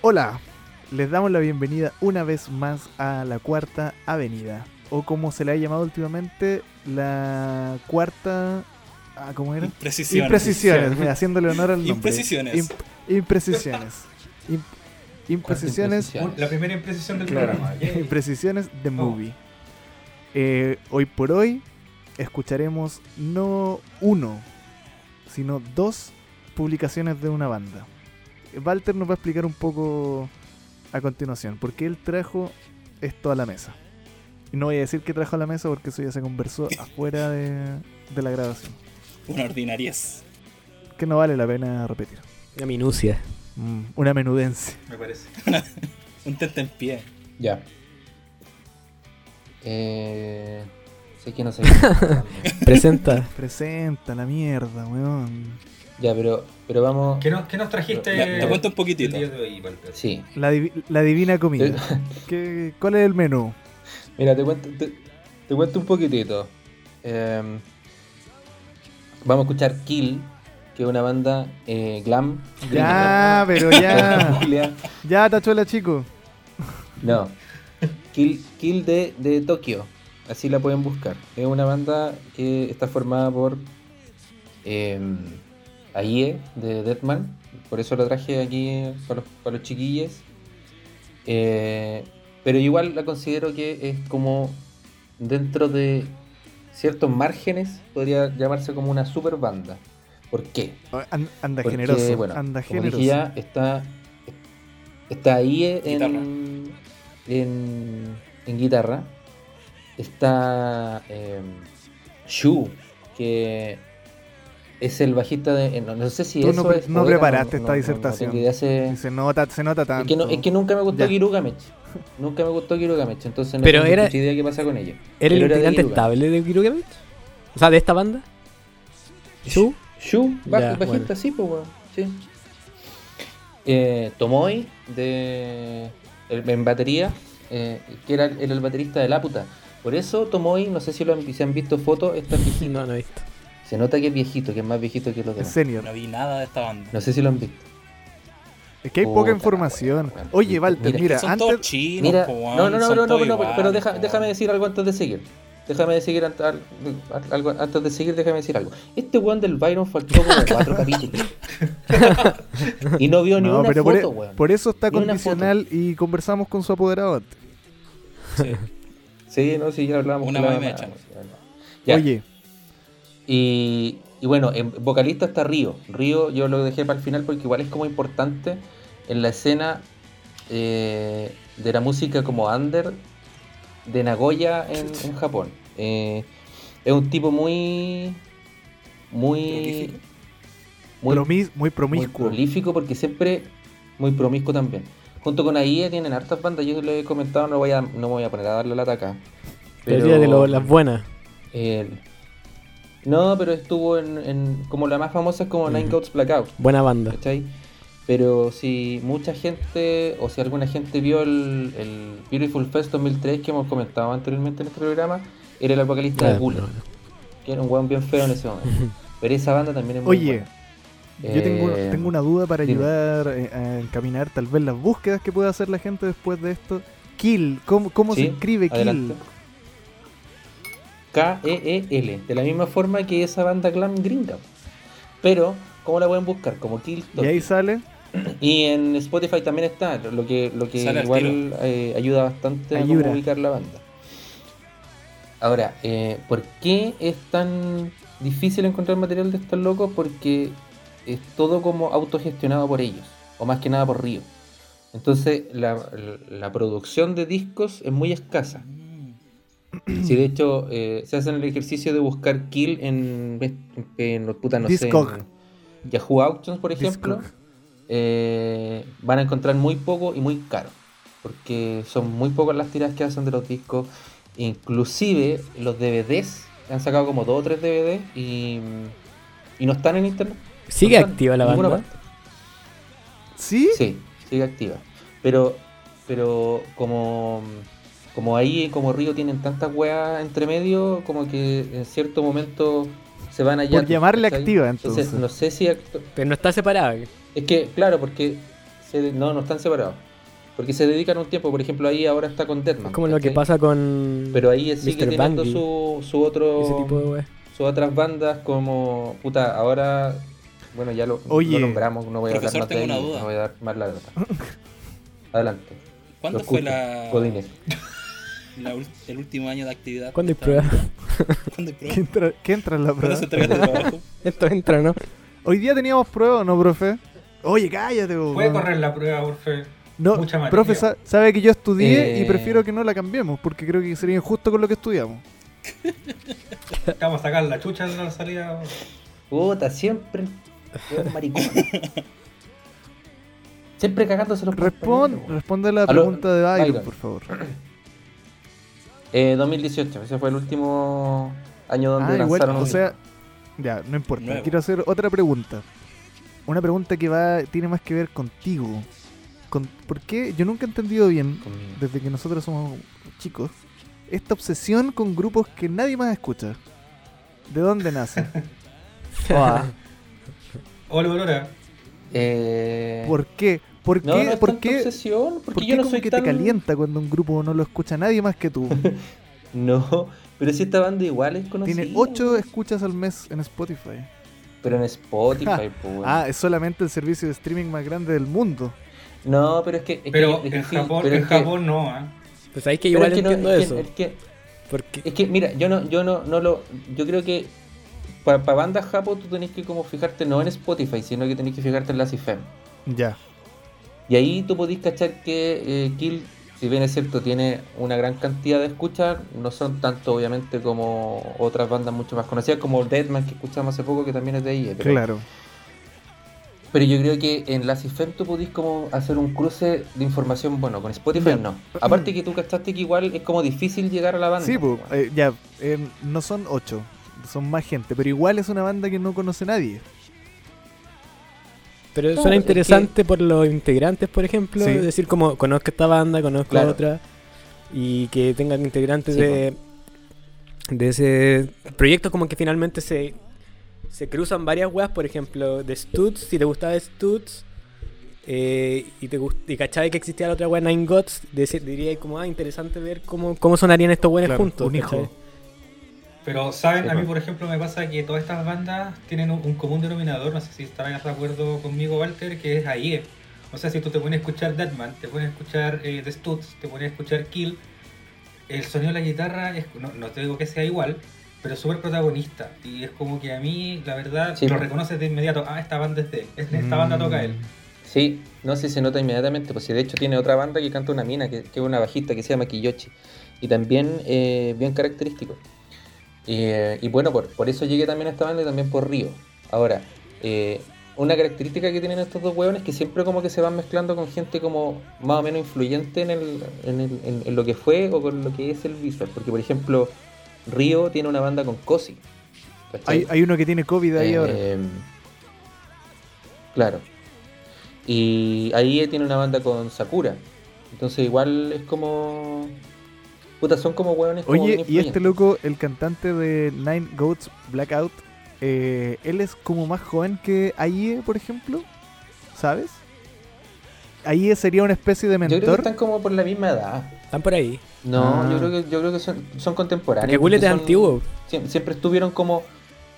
Hola, les damos la bienvenida una vez más a la Cuarta Avenida, o como se le ha llamado últimamente, la Cuarta... ah, ¿Cómo era? Imprecisiones. Imprecisiones, mira, haciéndole honor al nombre. Imprecisiones. Imp- imprecisiones. Imp- imprecisiones. Un- La primera imprecisión del Claro. programa. Yay. Imprecisiones de movie. Eh, hoy por hoy escucharemos no uno, sino dos publicaciones de una banda. Walter nos va a explicar un poco a continuación, porque él trajo esto a la mesa. Y No voy a decir que trajo a la mesa porque eso ya se conversó afuera de, de la grabación, Una ordinariez. que no vale la pena repetir. Una minucia. Mm, una menudencia. Me parece. Un tentempié. en pie. Ya. Eh, sé que no sé. qué está pasando. Presenta. Presenta la mierda, weón. ya, pero, pero vamos. ¿Qué, nos- qué nos trajiste? Eh, Ya, te cuento un el poquitito. día de hoy, Walter? Sí. La, divi- la divina comida. Te- ¿Qué- ¿Cuál es el menú? Mira, te cuento, te, te cuento un poquitito. Em, vamos a escuchar Kill, que es una banda eh, glam. Ya, pero ya. Glam. Ya, tachuela, chico. No. Kill, Kill de, de Tokio. Así la pueden buscar. Es una banda que está formada por eh, Aie de Deadman. Por eso lo traje aquí para los, para los chiquillos. Eh, pero igual la considero que es como dentro de ciertos márgenes podría llamarse como una super banda. ¿Por qué? Oh, An- anda Porque, generoso. bueno, anda como dije generoso. ya, está, está ahí en, Guitarra. en, en guitarra. Está eh, Shu, que es el bajista de. eh, No, no sé si Tú no eso pre- es no poeta, preparaste esta disertación. tengo idea, se- Sí, Se nota, se nota tanto. es, que no- es que nunca me gustó Ya. Kiru Gamech. Nunca me gustó Kiru Gamech, entonces no Pero tengo era- mucha idea qué pasa con ello. Pero ¿Era el era de integrante Kirugamich. estable de Kirugamich? O sea, de esta banda. ¿Chu? Shu, baj- Ya, bajista, bueno. sí, pues, weón. Sí. Eh, Tomoy, de, el- en batería, eh, que era, era el baterista de Laputa. Por eso Tomoy, no sé si, lo han, si han visto fotos, está viejito. No, no he visto. Se nota que es viejito, que es más viejito que los Es demás. senior. No vi nada de esta banda. No sé si lo han visto. Es que hay Puta poca la información. wea, weón. Oye, Walter, Mira, mira, son todos antes. chinos, Mira, po, pues, weón, no, no, no, son pero, no, todos pero- iguales, pero deja- po, déjame weón. decir algo antes de seguir. Déjame decir ant- al- al- algo antes de seguir, déjame decir algo. Este weón del Byron faltó como cuatro capítulos. y no vio ni No, una pero por, foto, e- weón. por eso está Ni una condicional y conversamos con su apoderado antes. Sí, no, sí, ya hablábamos. Una con más la y mamá. mecha. Ya. Oye, Y, y bueno, en vocalista está Río. Río yo lo dejé para el final porque igual es como importante en la escena eh, de la música como under de Nagoya en, en Japón. Eh, es un tipo muy... Muy... Prolífico. Muy, promis- muy muy promiscuo. prolífico porque siempre... Muy promiscuo también. Junto con AIE tienen hartas bandas. Yo les he comentado, no, voy a, no me voy a poner a darle la lata acá. Pero día de lo- las buenas. El- No, pero estuvo en, en- Como la más famosa es como Nine Ujú. Goats Blackout, Buena banda. ¿cachai? Pero si mucha gente, o si alguna gente vio el, el Beautiful Fest 2003 que hemos comentado anteriormente en este programa, era el vocalista Ah, de Bullet, no, que era un weón bien feo en ese momento. Pero esa banda también es muy Oye, buena. yo tengo, Eh, tengo una duda para dime. ayudar eh, a encaminar tal vez las búsquedas que pueda hacer la gente después de esto. Kill, ¿cómo, cómo Sí, se escribe adelante. K-E-E-L, de la misma forma que esa banda glam gringa. Pero, ¿cómo la pueden buscar? Como Kill Kill? Y ahí Tokyo. sale. Y en Spotify también está, lo que, lo que Sale al igual eh, ayuda bastante a Ayuda. cómo ubicar la banda. Ahora, eh, ¿por qué es tan difícil encontrar material de estos locos? Porque es todo como autogestionado por ellos, o más que nada por Río. Entonces, la, la producción de discos es muy escasa. Mm. Si de hecho eh, se hacen el ejercicio de buscar kill en, en, en- puta, no sé, Discog. en Yahoo Auctions, por ejemplo, Discog. eh, van a encontrar muy poco y muy caro. Porque son muy pocas las tiras que hacen de los discos. Inclusive los DVDs, han sacado como dos o tres DVDs y, y no están en internet. ¿Sigue No están activa en la ninguna banda? parte. ¿Sí? Sí, sigue activa. Pero, pero como, como ahí, como Río tienen tantas weas entre medio, como que en cierto momento se van a hallar, llamarle activa, entonces. No sé si acto- Pero no está separada. ¿qué? Es que, claro, porque se de- no, no están separados. Porque se dedican un tiempo, por ejemplo, ahí ahora está con Deadman. Es como lo que ¿cachai? pasa con. Pero ahí sigue Mr. teniendo Bungie. su, su otro Ese tipo de weas. sus otras bandas como puta ahora bueno ya lo, lo Oye. nombramos no voy a hablar Profesor, más de tengo él, una duda. no voy a dar más la data adelante ¿Cuándo lo fue escucho. la, Godínez. la ul- el último año de actividad? ¿Cuándo hay Estaba- prueba? ¿Cuándo hay ¿Qué prueba? entra, qué entra en la ¿Cuándo prueba? se entrega el trabajo? Esto entra, ¿no? Hoy día teníamos prueba, ¿o ¿no, profe? Oye, cállate, po, Puede weón. correr la prueba, Orfe. No, mucha materia. profe, sa- sabe que yo estudié y Eh. prefiero que no la cambiemos porque creo que sería injusto con lo que estudiamos. Te Vamos a sacar la chucha en la salida. puta siempre weón maricón siempre cagándose los Respon- compañeros, weón. responde a la Aló, pregunta de Byron, Byron. por favor. eh, 2018 ese fue el último año donde Ah, lanzaron igual, un o sea, ya, no importa. Nuevo. Quiero hacer otra pregunta. Una pregunta que va tiene más que ver contigo. Con, ¿Por qué? Yo nunca he entendido bien, Conmigo. desde que nosotros somos chicos, esta obsesión con grupos que nadie más escucha. ¿De dónde nace? Ah, Hola, Aurora. Eh, ¿Por qué? ¿Por no, qué? no es ¿Por tanta qué? obsesión, porque ¿Por qué yo no como soy que tan te calienta cuando un grupo no lo escucha nadie más que tú? no pero si esta banda igual es conocida Tiene 8 weón. escuchas al mes en Spotify. Pero en Spotify, pues. weón. Ah, es solamente el servicio de streaming más grande del mundo. No, pero es que. es Pero que- es en que sí, Japón, pero en es que- Japón no, ¿eh? Pues sabéis que pero igual es que no, entiendo es eso. Que, es, que, porque es que, mira, yo no, yo no, no lo. Yo creo que. Para bandas japo, tú tenés que como fijarte no en Spotify, sino que tenés que fijarte en las IFEM. Ya. Y ahí tú podés cachar que eh, Kill, si bien es cierto, tiene una gran cantidad de escuchas, no son tanto obviamente como otras bandas mucho más conocidas, como Deadman que escuchamos hace poco, que también es de ahí. Pero, Claro. Pero yo creo que en la CIFEM tú podís como hacer un cruce de información, bueno, con Spotify Ya. no. Aparte que tú cachaste que igual es como difícil llegar a la banda. Sí, po, weón. eh, ya, eh, no son ocho, son más gente, pero igual es una banda que no conoce nadie. Pero Claro, suena es que- interesante por los integrantes, por ejemplo. Sí. Es decir, como conozco esta banda, conozco Claro. otra. Y que tengan integrantes Sí, de, de ese proyecto, como que finalmente se, se cruzan varias weas, por ejemplo, de Studs, si te gustaba Studs. eh, y te gust- y cachai que existía la otra wea Nine Gods, de ese- diría como, ah, interesante ver cómo, cómo sonarían estos buenos Claro, juntos. un hijo. ¿cachai? Pero, ¿saben? Sí, A mí, pues. por ejemplo, me pasa que todas estas bandas tienen un, un común denominador, no sé si estarás de acuerdo conmigo, Walter, que es AIE. O sea, si tú te pones a escuchar Deadman, te pones a escuchar eh, The Studs, te pones a escuchar Kill, el sonido de la guitarra, es, no, no te digo que sea igual, pero es súper protagonista. Y es como que a mí, la verdad, Sí, lo pues. reconoces de inmediato. Ah, esta banda es de él, es- esta Mm. banda toca él. Sí, no sé si se nota inmediatamente, pues si de hecho tiene otra banda que canta una mina, que, que es una bajista que se llama Kiyoshi. Y también eh, bien característico. Y, eh, y bueno, por, por eso llegué también a esta banda y también por Río. Ahora, eh, una característica que tienen estos dos hueones es que siempre como que se van mezclando con gente como más o menos influyente en, el- en el- en- en lo que fue o con lo que es el visual. Porque por ejemplo, Río tiene una banda con Cosi. ¿cachai? Hay, hay uno que tiene COVID ahí ahora. Eh, Claro. Y ahí tiene una banda con Sakura. Entonces igual es como... Puta, son como hueones como Oye, bien y este influyentes. loco, el cantante de Nine Goats Blackout, eh, él es como más joven que AIE, por ejemplo, ¿sabes? AIE sería una especie de Yo creo que mentor. están como por la misma edad. Están por ahí. No, Ah. yo creo que, yo creo que son, son Porque contemporáneos. Gullet es son- antiguo. siem- siempre estuvieron como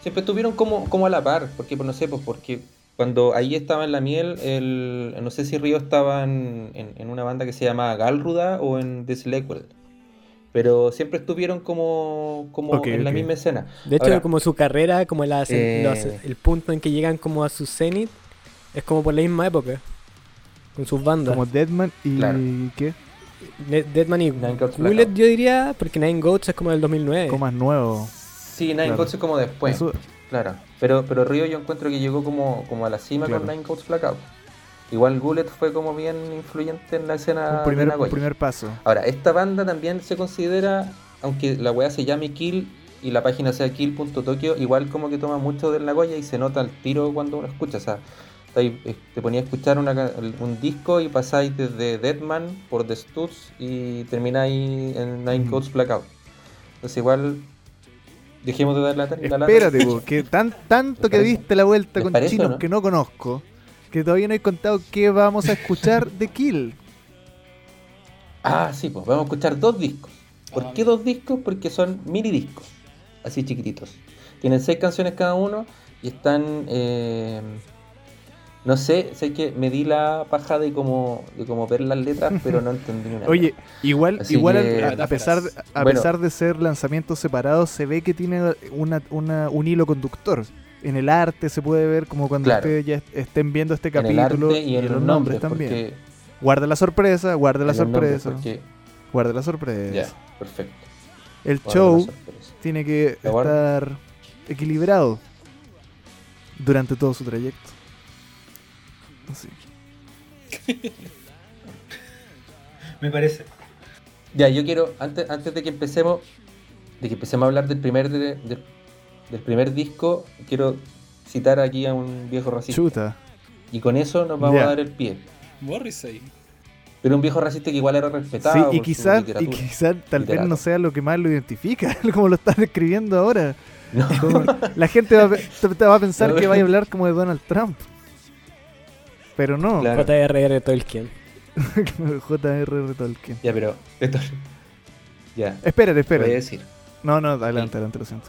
siempre estuvieron como como a la par porque pues, no sé pues porque cuando ahí estaba en la miel el no sé si Río estaba en, en- en una banda que se llama Galruda o en Dislequel pero siempre estuvieron como como Ok, en la ok. misma escena De hecho, Ahora- como su carrera, como la, Eh. los- el punto en que llegan como a su cenit, es como por la misma época. Con sus bandas. Como Deadman y Claro. ¿qué? Ne- Deadman y Nine Goats Gullet, Blackout. yo diría, porque Nine Goats es como del 2009. Comas nuevo. sí Nine Claro. Goats es como después Eso- claro pero pero Río yo encuentro que llegó como como a la cima con Claro. Nine Goats Blackout igual Gullet fue como bien influyente en la escena un de primer, un Nagoya. primer paso. Ahora, esta banda también se considera, aunque la weá se llame Kill y la página sea kill.tokyo, igual como que toma mucho del Nagoya y se nota el tiro cuando uno escucha. O sea, está ahí, eh, te ponía a escuchar una ca- un disco y pasáis desde Deadman por The Studs y termináis en Nine Mm. Codes Blackout. Entonces, igual Dejemos de dar la, la lata. Espérate, po, que tan, tanto ¿Les que parece? diste la vuelta ¿Les con parece o chinos no? que no conozco, que todavía no he contado qué vamos a escuchar de Kill. Ah, sí, pues vamos a escuchar dos discos. ¿Por Ah, qué dos discos? Porque son mini discos, así chiquititos. Tienen seis canciones cada uno y están. eh, no sé, sé que me di la paja de como, de como ver las letras, pero no entendí nada. Oye, igual, Así igual que- al- a, a pesar, a Bueno. pesar de ser lanzamientos separados, se ve que tiene una, una- un hilo conductor. En el arte se puede ver como cuando Claro. ustedes ya est- estén viendo este en el capítulo arte y en, los nombres, también. porque. Guarda la sorpresa, guarda en la los nombres, sorpresa, porque- guarda la sorpresa. Ya, perfecto. El Guarda show la sorpresa. tiene que ¿De acuerdo? estar equilibrado durante todo su trayecto. Así. Me parece. Ya, yo quiero, antes, antes de que empecemos, de que empecemos a hablar del primer de- del- del primer disco, quiero citar aquí a un viejo racista. Chuta. Y con eso nos vamos Ya. a dar el pie. Morrissey. Pero un viejo racista que igual era Sí, respetado. y por su quizás y literatura. quizás tal vez Literato. no sea lo que más lo identifica, como lo están escribiendo ahora. No, Como- la gente va, a pe- te- te va a pensar No, que pero- va a hablar como de Donald Trump. Pero no, Claro. JRR Tolkien. J.R.R. Tolkien. Ya, pero. esto- ya, Espérate, voy a espérate. decir. No, no, adelante, adelante, lo siento.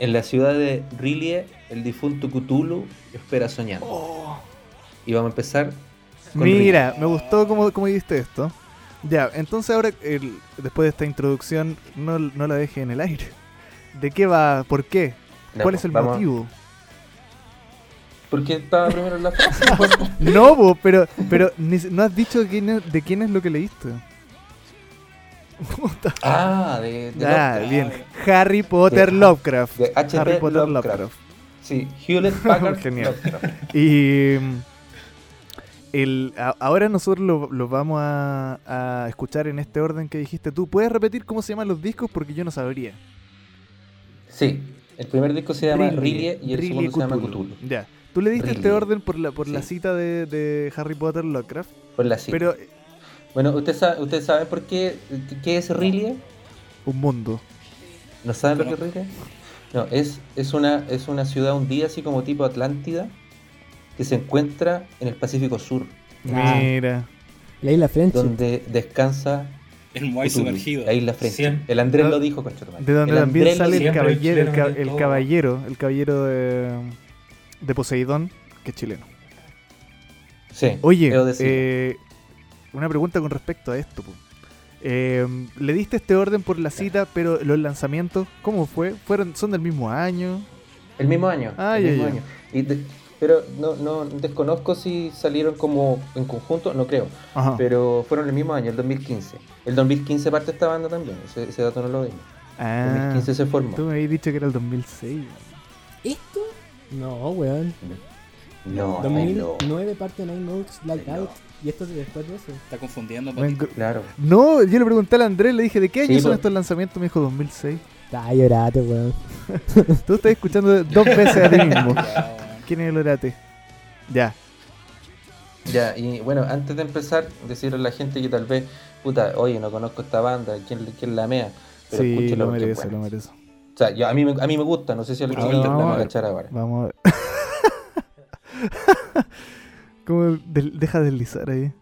En la ciudad de Rilie, el difunto Cthulhu espera soñando. Y vamos a empezar. con Oh. Mira, me gustó cómo, cómo hiciste esto. Ya, entonces ahora, el- después de esta introducción, no, no la deje en el aire. ¿De qué va? ¿Por qué? Rilie. ¿Cuál No, es el pues, vamos- motivo? Porque estaba primero en la frase. pues. No, bo, pero, pero ni si- no has dicho de quién es, de quién es lo que leíste. Puta. ah, de. de Ah, Lovecraft. bien. Harry Potter De- Lovecraft. de H.P. Harry Potter Lovecraft. Lovecraft. Sí, Hewlett Packard. Genial. Lovecraft. Y mm, el, a- ahora nosotros lo, lo vamos a, a escuchar en este orden que dijiste tú. ¿Puedes repetir cómo se llaman los discos? Porque yo no sabría. Sí, el primer disco se llama Rilie y el Riley segundo se llama Cthulhu. Cthulhu. Ya. Tú le diste este Riley. orden por la, por la Sí. cita de, de Harry Potter Lovecraft. Por la cita. Pero Bueno, ¿ustedes saben usted sabe por qué, qué es Rilie? un mundo. ¿No saben lo que es Rilie? No, es, es, una, es una ciudad hundida así como tipo Atlántida que se encuentra en el Pacífico Sur, Ah. Mira. Leí la French. donde descansa El Moai Cthulhu, sumergido. la isla French. Siempre. El Andrés No, lo dijo, conchetumare. De donde El también Andrés lo sale el dijo. siempre caballero, el, chileno ca- de el todo. caballero, el caballero de, de Poseidón, que es chileno. Sí, Oye, debo decir. eh, una pregunta con respecto a esto. po. Eh, Le diste este orden por la cita, pero los lanzamientos, ¿cómo fue? Fueron, ¿Son del mismo año? El mismo año. Ah, el ya, mismo ya. año. Y de- pero no, no desconozco si salieron como en conjunto, no creo. Ajá. Pero fueron el mismo año, el 2015. El 2015 parte esta banda también, ese, ese dato no lo dimos. El Ah, 2015 se formó. tú me habías dicho que era el 2006. ¿Esto? No, weón. No, ay, no. 2009 parte de Nine Notes, Blackout. Ay, Y esto es después de eso. Está confundiendo, Buen patito. gru- Claro. No, yo le pregunté al Andrés, le dije, ¿de qué año Sí, son po. estos lanzamientos? Me dijo 2006. Ah, llorate, weón. Tú estás escuchando dos veces a ti mismo. Ya, weón. ¿Quién es el orate? Ya. Ya, y bueno, antes de empezar, decirle a la gente que tal vez, puta, oye, no conozco esta banda, ¿quién, quién la mea? Pero sí, escúchenlo lo porque es merece, buena. lo merece. eh. O sea, yo- a, mí me, a mí me gusta, no sé si a los Ah, chiquillos la vamos van a a ver. cachar ahora. Vamos a ver. ¿Cómo del- deja deslizar ahí?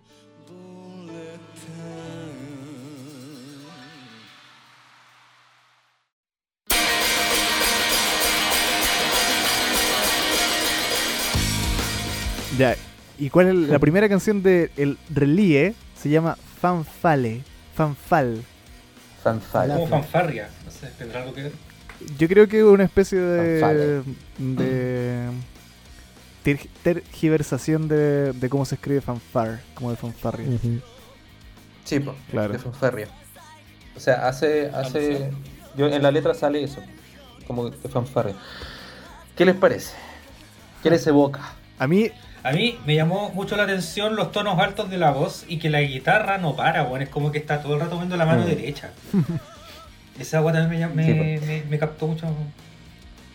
Ya, ¿y cuál es la primera canción de el Relie? Se llama Fanfale, Fanfal. Fanfala. Como fanfarria. No sé, tendrá algo que ver. Yo creo que una especie de. Fanfare. de. ter- tergiversación de, de cómo se escribe fanfare, como de fanfarria. Mm. Sí, po, Claro. de fanfarria. O sea, hace, hace, Alusión. yo en la letra sale eso, como de fanfarria. ¿Qué les parece? ¿Qué les evoca? A mí, A mí me llamó mucho la atención los tonos altos de la voz y que la guitarra no para, weón. Es como que está todo el rato moviendo la mano Mm. derecha. Esa agua también me, llam- Sí, me, pues. me- me captó mucho.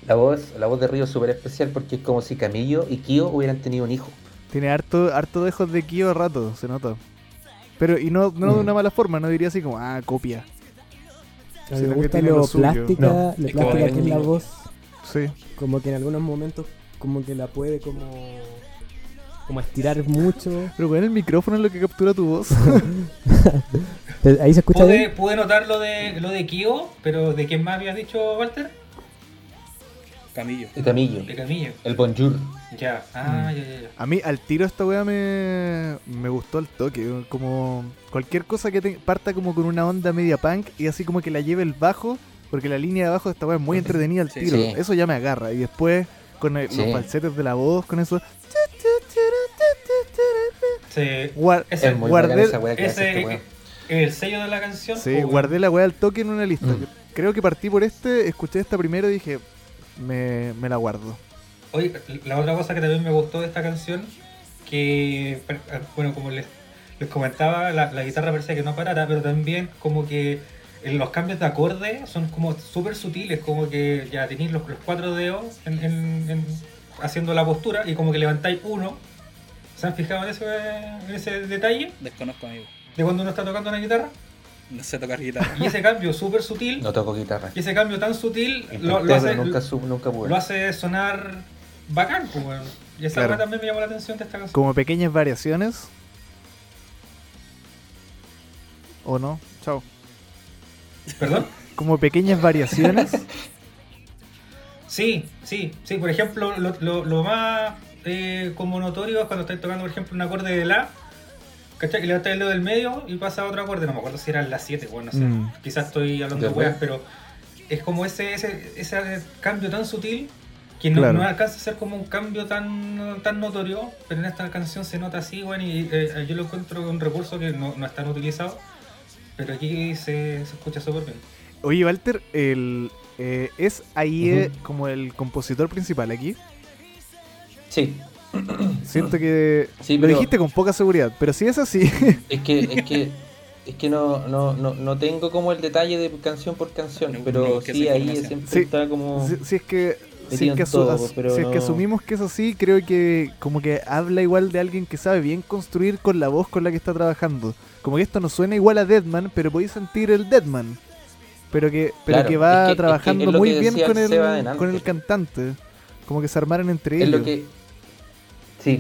La voz, la voz de Río es súper especial porque es como si Camillo y Kio hubieran tenido un hijo. tiene harto, harto dejos de Kyo a rato, se nota. Pero, y no, no de una mala forma, no diría así como, ah, copia. Sí, A mí lo que me gusta tiene lo lo suyo. plástica, No, lo es como plástica el que es la enemigo. voz. Sí. Como que en algunos momentos como que la puede como, como estirar mucho. Pero bueno, el micrófono es lo que captura tu voz. Pero Ahí se escucha Pude, bien. pude notar lo de, lo de Kio, pero ¿de quién más habías dicho, Walter? Camillo. El camillo. De Camillo. El bonjour. Mm. Ya. Ah, ya, ya, ya. A mí al tiro esta weá me, me gustó al toque. Como cualquier cosa que te- parta como con una onda media punk y así como que la lleve el bajo, porque la línea de bajo de esta weá es muy entretenida al Sí, tiro. sí. Eso ya me agarra. Y después con el- los Sí. falsetes de la voz, con eso... Se- Guar- ese, Es muy Guardé- bacana esa weá que hace ese- este weón. el sello de la canción. Sí, pues, guardé la weá al toque en una lista. Oh, Mm. Creo que partí por este, escuché esta primero y dije, me, me la guardo. Oye, la otra cosa que también me gustó de esta canción, que, per- ah, bueno, como les, les comentaba, la, la guitarra parecía que no parara, pero también como que en los cambios de acorde son como súper sutiles, como que ya tenéis los, los cuatro dedos en- en- en- haciendo la postura y como que levantáis uno. ¿Se han fijado en ese, en ese detalle Desconozco, amigo. de cuando uno está tocando una guitarra? No sé tocar guitarra. Y ese cambio súper sutil, No toco guitarra. y ese cambio tan sutil Intenté, lo, lo pero hace, nunca, su- nunca pude. lo hace sonar bacán, pues, weón. Y esa Claro. weá también me llamó la atención de esta canción. Como pequeñas variaciones. ¿O no? Chao. ¿Perdón? Como pequeñas variaciones. Sí, sí, sí. Por ejemplo, lo, lo- lo más eh, como notorio es cuando estáis tocando, por ejemplo, un acorde de la. ¿Cachai? Y levantáis el dedo del medio y pasa a otro acorde. No me acuerdo si era la 7, bueno, no sé. Mm. Quizás estoy hablando de Ya, weas, pues. pero es como ese, ese, ese cambio tan sutil que no, Claro. no alcanza a ser como un cambio tan, tan notorio. Pero en esta canción se nota así, bueno, y eh, yo lo encuentro un recurso que no, no es tan utilizado. Pero aquí se, se escucha súper bien. Oye, Walter, el, eh, ¿es Aie Ujú. como el compositor principal aquí? Sí, Siento que Ah. Sí, lo pero- dijiste con poca seguridad, pero si es así, es que, es que, es que no, no, no, no tengo como el detalle de canción por canción, No, pero no busqué sí, esa ahí información. siempre Sí. está como... si, si es que, si es Tenían que, asu- todo, as- pero si es que no- asumimos que es así, creo que como que habla igual de alguien que sabe bien construir con la voz con la que está trabajando. Como que esto no suena igual a Deadman, pero podéis sentir el Deadman. Pero que, pero Claro, que va es que- es que trabajando es lo muy que bien decía con el Seba el, delante. con el cantante. Como que se armaron entre Es ellos. lo que. Sí.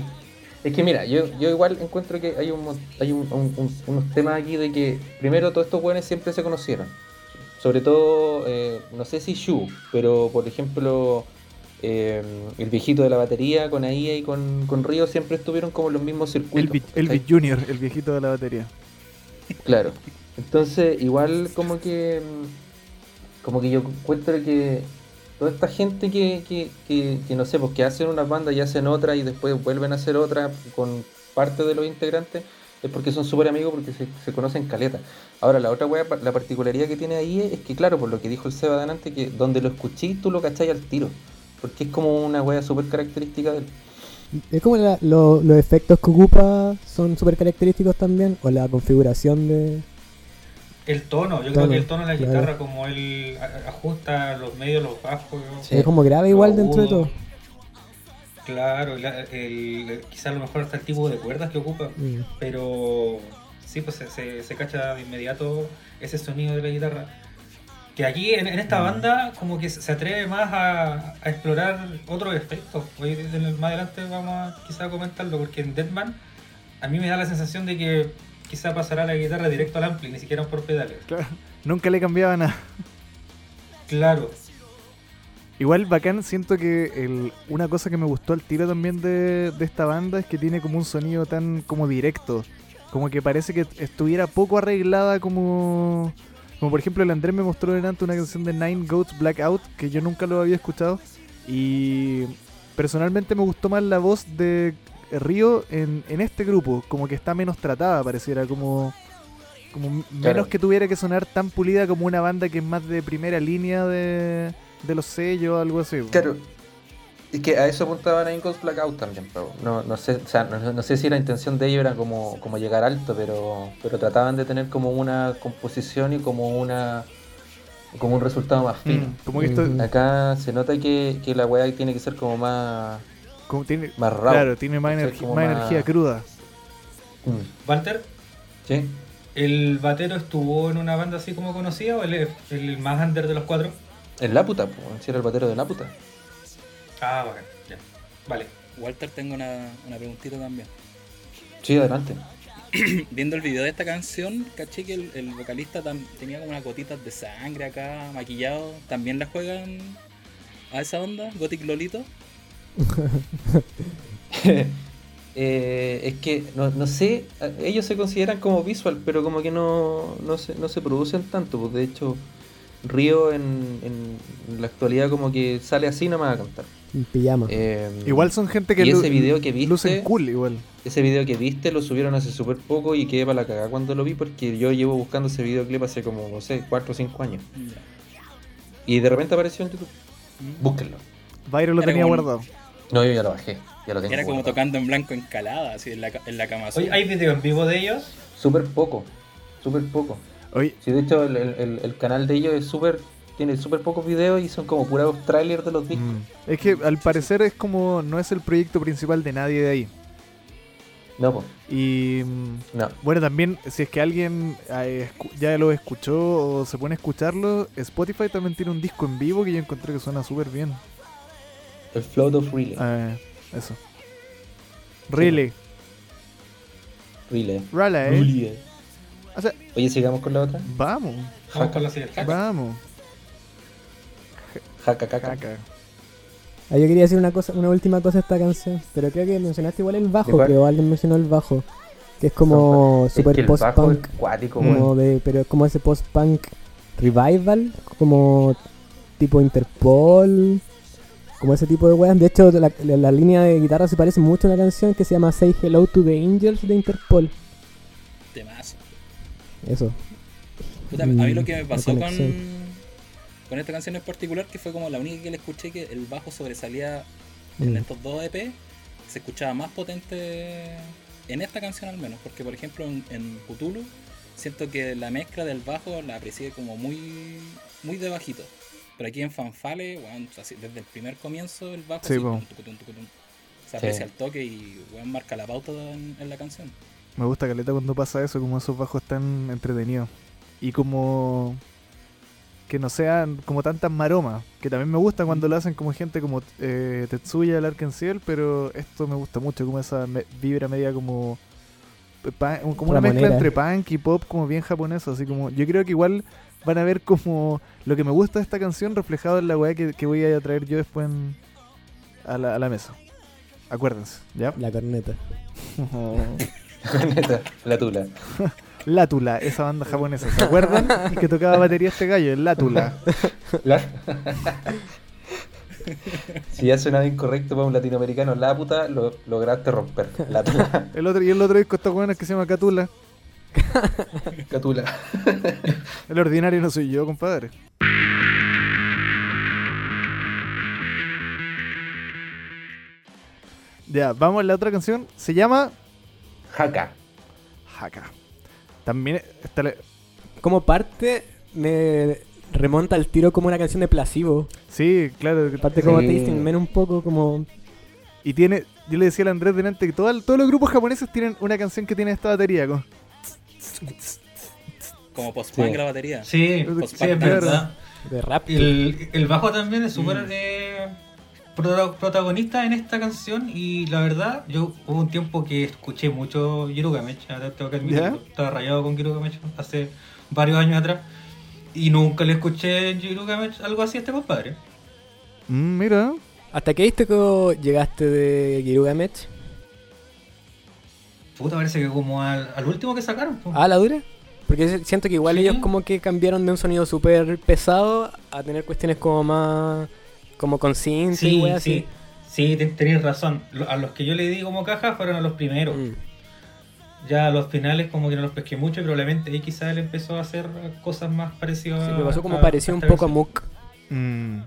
Es que mira, yo, yo igual encuentro que hay, un, mon- hay un- un- un- unos temas aquí de que primero todos estos weones siempre se conocieron. Sobre todo, eh, no sé si Shu, pero por ejemplo, eh, el viejito de la batería con Aia y con, con Río siempre estuvieron como en los mismos El circuitos. Elvis Elvis Junior, el viejito de la batería. Claro. Entonces, igual como que. mm, Como que yo encuentro que toda esta gente que, que, que- que no sé, pues que hacen una banda y hacen otra y después vuelven a hacer otra con parte de los integrantes, es porque son súper amigos, porque se, se conocen caleta. Ahora, la otra wea, la particularidad que tiene ahí es que, claro, por lo que dijo el Seba delante, que donde lo escuché tú lo cacháis al tiro. Porque es como una wea súper característica del. Es como la- lo- los efectos que ocupa son súper característicos también. O la configuración de... El tono, yo creo Tono, que el tono de la claro. guitarra, como él a- ajusta los medios, los bajos, Sí. Es como grave igual Lo dentro de agudo. todo. claro, la- el, quizás a lo mejor hasta el tipo de cuerdas que ocupa, Mm. pero sí, pues se, se, se cacha de inmediato ese sonido de la guitarra. Que aquí en, en esta banda como que se atreve más a, a explorar otros efectos. Hoy en el- más adelante vamos a quizá comentarlo porque en Deadman a mí me da la sensación de que quizá pasará la guitarra directo al ampli, ni siquiera por pedales. Claro. Nunca le cambiaba nada. Claro, Igual bacán, siento que el- una cosa que me gustó al tiro también de, de esta banda es que tiene como un sonido tan como directo. Como que parece que estuviera poco arreglada como... Como por ejemplo el Andrés me mostró delante una canción de Nine Goats Blackout que yo nunca lo había escuchado. Y personalmente me gustó más la voz de Río en, en este grupo. Como que está menos tratada, pareciera como... Como menos Claro. que tuviera que sonar tan pulida como una banda que es más de primera línea de, de los sellos, algo así. po. Claro. Es que a eso apuntaban a Ingles Blackout también, Pablo. No, no sé, o sea, no, no sé si la intención de ellos era como, como llegar alto, pero, pero trataban de tener como una composición y como una como un resultado más fino. Mm, como que esto Mm. Acá se nota que, que la weá tiene que ser como más, como tiene, más raw. claro, tiene más, Entonces, energi- como más más- energía cruda. Mm, Walter, ¿Sí? ¿El batero estuvo en una banda así como conocida o él es el más under de los cuatro? En la puta, pues, si era el batero de la puta. Ah, bacán, ya. Vale. Walter, tengo una, una preguntita también. Sí, adelante. Viendo el video de esta canción, caché que el, el vocalista tam- tenía como unas gotitas de sangre acá, maquillado. ¿También la juegan a esa onda? ¿Gothic Lolito? Eh, es que no, no sé, eh, ellos se consideran como visual, pero como que no, no, se, no se producen tanto. Pues de hecho, Río en, en- en la actualidad como que sale así nomás a cantar. En pijama. Eh, Igual son gente que, y ese lu- video que viste- lucen cool igual. Ese video que viste lo subieron hace súper poco y quedé para la cagada cuando lo vi porque yo llevo buscando ese videoclip hace como, no sé, 4 o 5 años. Ya. Y de repente apareció en YouTube. Búsquenlo. Byron lo Era tenía como- guardado. Mm. No, yo ya lo bajé. Ya lo tengo. Era como guardado. tocando en blanco en calada, así en la, ca- en la cama. azul. Oye, ¿hay video en vivo de ellos? Súper poco. Súper poco. Oye, Sí, de hecho, el, el- el- el canal de ellos es súper. Tiene súper pocos videos y son como puros trailers de los discos. es que al parecer es como no es el proyecto principal de nadie de ahí. No, po, Y mm, no. bueno, también si es que alguien eh, escu- ya lo escuchó o se pone a escucharlo, Spotify también tiene un disco en vivo que yo encontré que suena súper bien. El Float of Relay. Eh, eso. Rile, Relay. Raleigh. Relay. ¿eh? O sea- Oye, sigamos con la otra. Vamos, Vamos con la siguiente. vamos. Jaca, caca. Caca. Ah, yo quería decir una cosa, una última cosa de esta canción, pero creo que mencionaste igual el ¿De bajo, cuál? creo alguien mencionó el bajo, que es como Es super que el post bajo es punk, cuático, Mm. weón. como de, pero es como ese post punk revival, como tipo Interpol, como ese tipo de weas. De hecho, la, la- la línea de guitarra se parece mucho a una canción que se llama Say Hello to the Angels de Interpol. Temazo. Eso. Puta, a mí lo que me Mm, pasó la con, conexión. con esta canción en particular, que fue como la única que le escuché que el bajo sobresalía en Mm. estos dos EP, se escuchaba más potente en esta canción al menos, porque por ejemplo en, en Cthulhu siento que la mezcla del bajo la aprecié como muy, muy de bajito. Pero aquí en Fanfale, weón, así, desde el primer comienzo el bajo Sí, así, po. tum, tucu, tum, tucu, tum, se Sí. aprecia el toque y weón, marca la pauta en, en la canción. Me gusta Caleta cuando pasa eso, como esos bajos tan entretenidos. Y como que no sean como tantas maromas, que también me gusta cuando lo hacen como gente como eh, Tetsuya, el Arkenciel, pero esto me gusta mucho, como esa me- vibra media como eh, pa- como una mezcla Ramonera. entre punk y pop, como bien japonesa, así como yo creo que igual van a ver como lo que me gusta de esta canción reflejado en la weá que, que voy a traer yo después en- a, la, a la mesa. Acuérdense, ¿ya? La corneta. Neta, la tula. Látula, esa banda japonesa. ¿Se acuerdan? que tocaba batería este gallo, el Látula. La- si ya suena incorrecto para un latinoamericano, la puta, lo lograste romper. La tula. El otro, y el otro disco está bueno que se llama Catula. Catula. El ordinario no soy yo, compadre. Ya, vamos a la otra canción. Se llama Jaca. Haka. También está la- Como parte, me remonta al tiro como una canción de Placebo. Sí, claro. Aparte como Sí. Tasting Men un poco como Y tiene. Yo le decía al Andrés delante que todo el- todos los grupos japoneses tienen una canción que tiene esta batería. como- Como post-punk Sí. la batería. Sí, Pues, sí, es claro. verdad. de rap. El, el bajo también es súper eh, prota- protagonista en esta canción y la verdad, yo hubo un tiempo que escuché mucho Girugamech, ahora tengo que admitirlo, ¿Ya? estaba rayado con Girugamech hace varios años atrás y nunca le escuché en Girugamech algo así a este compadre. Mm, mira. ¿Hasta qué disco llegaste de Girugamesh? Puta, parece que como al, al último que sacaron. po. ¿A Ah, la dura? Porque se- siento que igual Sí. ellos como que cambiaron de un sonido súper pesado a tener cuestiones como más... Como con synth sí, y weas sí, sí, te- tenés razón. Lo- A los que yo le di como caja fueron a los primeros. así. Mm. Ya a los finales como que no los pesqué mucho, pero probablemente ahí quizás él empezó a hacer cosas más parecidas. Sí, me pasó como a- pareció a un esta poco a versión. Mook. Mm.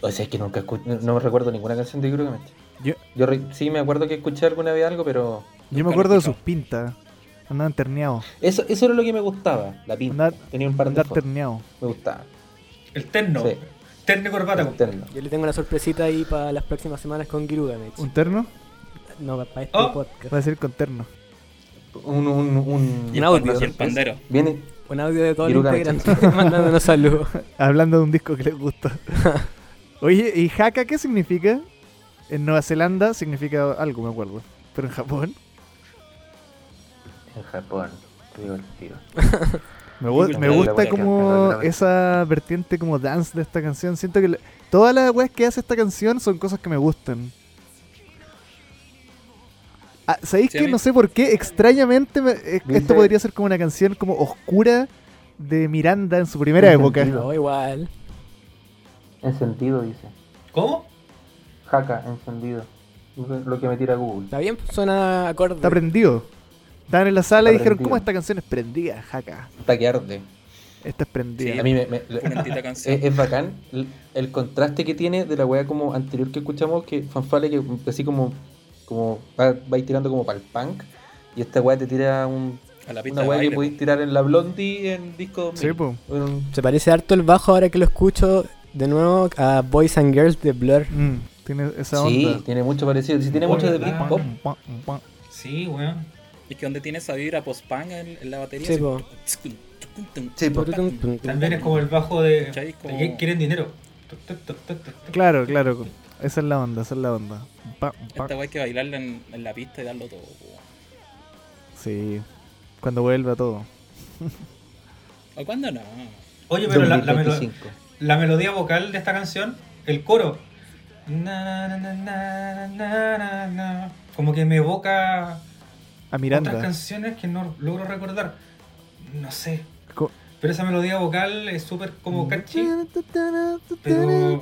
O sea, es que nunca escu- no- no me recuerdo ninguna canción de Grugamente. Yo- Yo re- sí me acuerdo que escuché alguna vez algo, pero Yo me Nunca lo acuerdo he de sus escuchado. pintas. Andaban terneados. eso, eso era lo que me gustaba, la pinta. Andar- Tenía un par de Andar fotos, terneados. me gustaba. El terno. Sí. Terno y corbata. compadre. Externo. Yo le tengo una sorpresita ahí para las próximas semanas con Girugamesh. ¿Un terno? No, para este Oh. podcast. Va a decir con terno. un, un, un, Y el Un audio. pan- y el pandero. Viene, Un audio de todos Y los Luca integrantes mandándonos saludos. Hablando de un disco que les gusta. Oye, ¿y haka qué significa? En Nueva Zelanda significa algo, me acuerdo. Pero en Japón. En Japón, te digo el tiro. Me, gu- Sí, me la gusta wea como que- esa vertiente como dance de esta canción. Siento que la- todas las weas que hace esta canción son cosas que me gustan. Ah, ¿Sabéis Sí, a que mí- no sé por qué? Extrañamente, me- eh, esto ¿Viste? podría ser como una canción como oscura de Miranda en su primera Tiene época. sentido. No, igual. Encendido, dice. ¿Cómo? Jaca, encendido. Lo que me tira Google. Está bien, suena acorde. Está prendido. Estaban en la sala y Está dijeron, prendido. ¿cómo esta canción es prendida, jaca? Está que arde. Esta es prendida. Sí, A mí me. me- Pulentita es, canción. es bacán el, el contraste que tiene de la wea como anterior que escuchamos, que fanfale que así como. como va, va a ir tirando como para el punk. Y esta wea te tira un, A la pista una de wea que baile. podéis tirar en la blondie en disco 2000. Sí, po. Bueno, Se parece harto el bajo ahora que lo escucho de nuevo a Boys and Girls de Blur. Mm, tiene esa sí, onda. tiene mucho parecido. Sí, tiene Bueno, mucho de ¿verdad? beat pop. Sí, weón. Es que donde tiene esa vibra post-punk en, en la batería. Sí, así, po. tsk, tsk, tsk, Sí, po. También es como el bajo de. ¿Cachai? Como- de que quieren dinero. Tuc, tuc, tuc, tuc, tuc, tuc. Claro, claro. Esa es la onda, esa es la onda. Pa, pa. Esta wea hay que bailarla en, en la pista y darlo todo. po. Sí. Cuando vuelva todo. ¿O cuándo no? Oye, pero la, la, melo- 2025. la melodía vocal de esta canción, el coro. na, na, na, na, na, na, na, Como que me evoca A otras Miranda. canciones que no logro recordar. No sé. Co- Pero esa melodía vocal es súper Mm. como catchy. Pero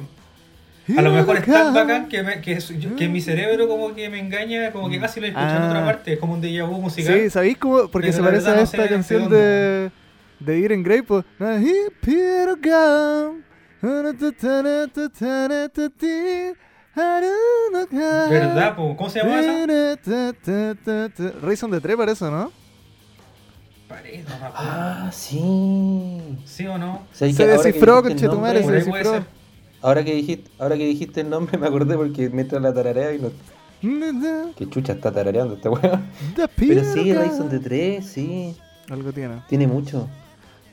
a lo mejor es tan bacán que, me- que, es- yo- que mi cerebro como que me engaña, como que casi lo he escuchado en Ah. otra parte. Es como un déjà vu musical. Sí, ¿sabéis cómo? Porque Pero se la parece verdad a no esta sé de canción dónde. de. de pues, Ir en Grey, po. Na, hi, Peter Gunn. Ara, ta, ta, ra, ta, ta, ra, ta, ti. Ara, na, ga. ¿Verdad? po? ¿Cómo se llama esa? Ra, ta, ta, ta, ta. Rayson de 3 parece, ¿no? Parece, no me acuerdo. Ah, sí. ¿Sí o no? O sea, es Se que ahora que descifró, dijiste el conchetumare, se nombre- Por ahí puede descifró. ser. Ahora que dijiste, ahora que dijiste el nombre me acordé porque mientras la tararea y no. Na, na, Que chucha está tarareando esta weá. da Pero Peter sí, Gunn. Rayson de 3, sí. Algo tiene. Tiene mucho.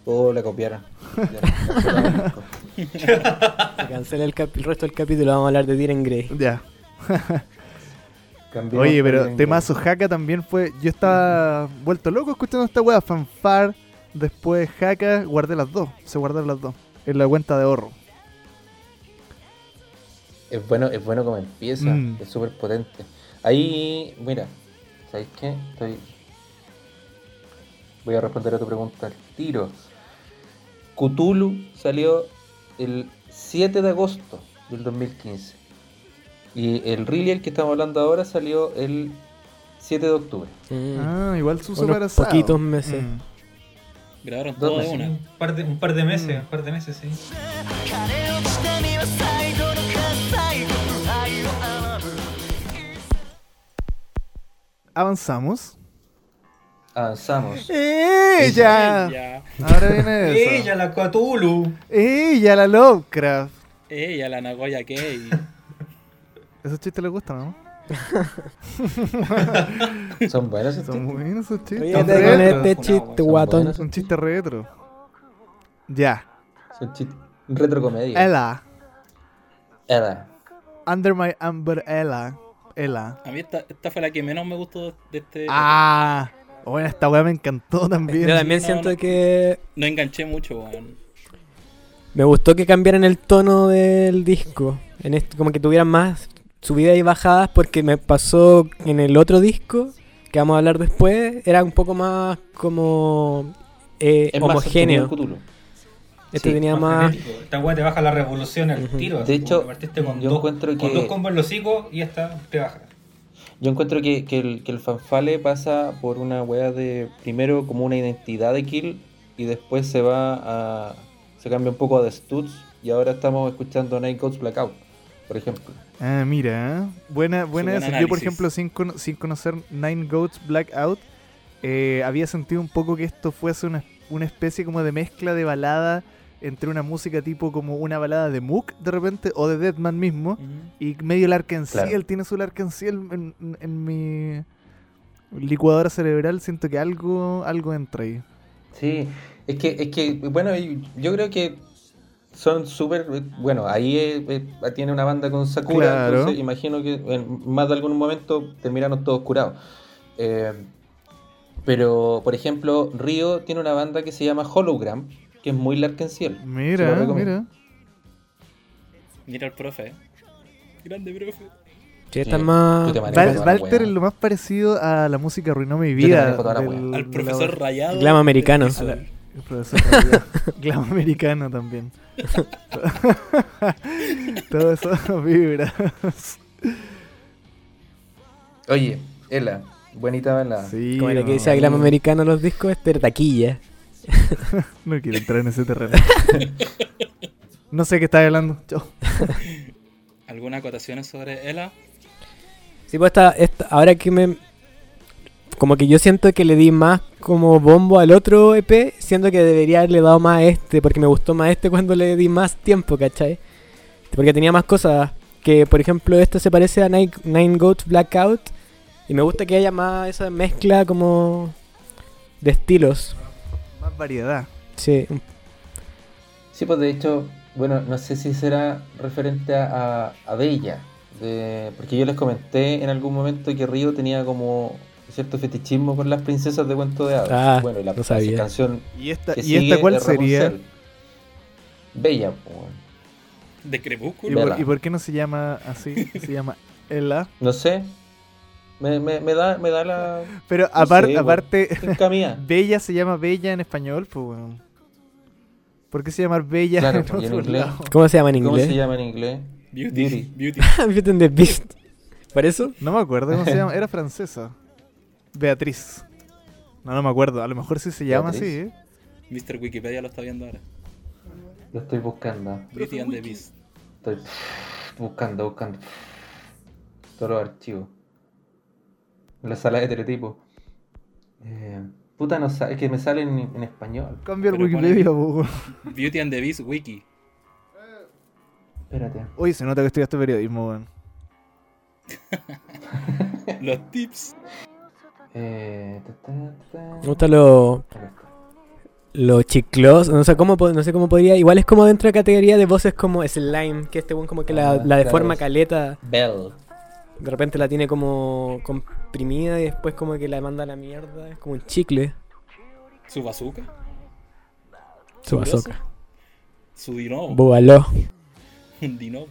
Oh, la copiaron. Ya, cancelaron el disco. Se cancela el, cap- el resto del capítulo, vamos a hablar de Diren Grey. Ya. Cambiamos Oye, también, pero ya. temazo Haka también fue. Yo estaba vuelto loco escuchando esta wea, fanfar. Después Haka, guardé las dos. Se guardaron las dos en la cuenta de ahorro. Es bueno, es bueno como empieza, Mm. es súper potente. Ahí, mira, ¿sabéis qué? Estoy... Voy a responder a tu pregunta al tiro. Cthulhu salió el 7 de agosto del 2015. Y el Rillier que estamos hablando ahora salió el 7 de octubre. Mm. Ah, igual su Unos super asado. poquitos meses. Mm. Grabaron ¿Dónde? todo de una. Un par de, un par de meses, Mm. un par de meses, sí. 金を下には最後の喝采愛をあまぶ Avanzamos. Avanzamos. ¡Ella! Ella, Ahora viene eso. Ella, la Cthulhu. Ella, la Lovecraft. ella, la Nagoya Kei. Esos chistes les gustan, ¿no? Son buenos esos Son muy títulos. buenos esos chistes. Ríete Son Ríete con retro. este Son chiste, buenos. guatón. Son chistes retro. Ya. Son chit- retrocomedia. Ella. Era. Under my umbrella. Ella. A mí esta, esta fue la que menos me gustó de este. Ah, bueno, esta weá me encantó también. Yo también No, siento no. que No enganché mucho, weón. me gustó que cambiaran el tono del disco. En este, como que tuvieran más subidas y bajadas porque me pasó en el otro disco, que vamos a hablar después, era un poco más como eh, Es más homogéneo. sostenido el Cthulhu. Este sí, tenía Más más... frenético. Esta weá te baja la revolución al Ujú. tiro. De así, hecho, como que partiste con yo dos, encuentro con que- dos combos en los hocico y esta te baja. Yo encuentro que, que el, que el fanfale pasa por una wea de primero como una identidad de Kill y después se va a. se cambia un poco a The Stutz y ahora estamos escuchando Night Goes Blackout, por ejemplo. Ah, mira, ¿eh? buena, buena buen esa. Yo, por análisis. ejemplo, sin, cono- sin conocer Nine Goats Blackout, eh, había sentido un poco que esto fuese una, una especie como de mezcla de balada entre una música tipo como una balada de Mook de repente o de Deadman mismo Ujú. y medio el Arkansas. Claro. tiene su Arkansas en, en, en mi Licuadora cerebral, siento que algo, algo entra ahí. Sí, es que, es que bueno, y- yo creo que son súper. eh, Bueno, ahí eh, eh, tiene una banda con Sakura, Claro. entonces imagino que en más de algún momento terminaron todos curados. Eh, pero, por ejemplo, Río tiene una banda que se llama Hologram, que es muy Larkensiel. Se lo Mira, recomiendo. mira. Mira el profe. eh. Grande profe. Sí, este está Sí, más. tú te manejas Val- toda la Walter es weá. lo más parecido a la música Arruinó mi Yo te vida. manejo toda la del- weá. Al de Al Mm, la- profesor rayado. Glam americano. del piso. A la- El profesor Rayado. Glam americano también. Todo eso vibra. Oye, Ela, bonita banda. Sí, Como la que dice no, a Glam Americano los discos, este era taquilla. No quiero entrar en ese terreno. No sé qué estás hablando. Chao. ¿Alguna acotación sobre Ela? Sí, pues esta, esta- ahora que me... Como que yo siento que le di más como bombo al otro EP, siento que debería haberle dado más a este, porque me gustó más este cuando le di más tiempo, ¿cachai? Porque tenía más cosas, que por ejemplo este se parece a Nine, Nine Goat Blackout, y me gusta que haya más esa mezcla como de estilos. Más variedad. Sí, Sí, pues de hecho, bueno, no sé si será referente a, a- a Bella, de- porque yo les comenté en algún momento que Río tenía como cierto fetichismo por las princesas de cuento de hadas. Ah, bueno, y la no sabía. canción ¿Y esta, que ¿y esta sigue cuál de sería? Rapunzel. Bella, po, weón. De ¿Y Crepúsculo. por, Bella. y por qué no se llama así? Se llama Ella. no sé, me, me- me da, me da la Pero No apar- sé, weón. aparte, finca mía. Bella se llama Bella en español, pues weón. ¿Por qué se llama Bella Claro, en y en otro inglés. lado? ¿cómo se llama en ¿Cómo se inglés? llama en inglés? Beauty. Beauty. Beauty. Beauty and the Beast. ¿Por eso? No me acuerdo cómo se llama. Era francesa. Beatriz. No, no me acuerdo. A lo mejor sí se llama Beatriz. así, ¿eh? Mr. Wikipedia lo está viendo ahora. Lo estoy buscando, Beauty and the Beast. estoy buscando, buscando todos los archivos. En La sala de teletipo. Eh, puta, no sa- es que me sale en, en español. Cambia el Pero pone- Wikipedia, po, weón. Beauty and the Beast Wiki. Espérate. Oye, se nota que estudiaste periodismo, weón. Los tips. Eh, ta, ta, ta. Me gustan los Acá está. Los chiclos, no sé cómo po- no sé cómo podría, igual es como dentro de la categoría de voces como Slime, que este buen como que la, Ah, la claro. deforma caleta, Bell. de repente la tiene como comprimida y después como que la manda a la mierda, es como un chicle, Su bazooka. su grosso. bazooka. Su dinobo. Búbalo. Un dinobo.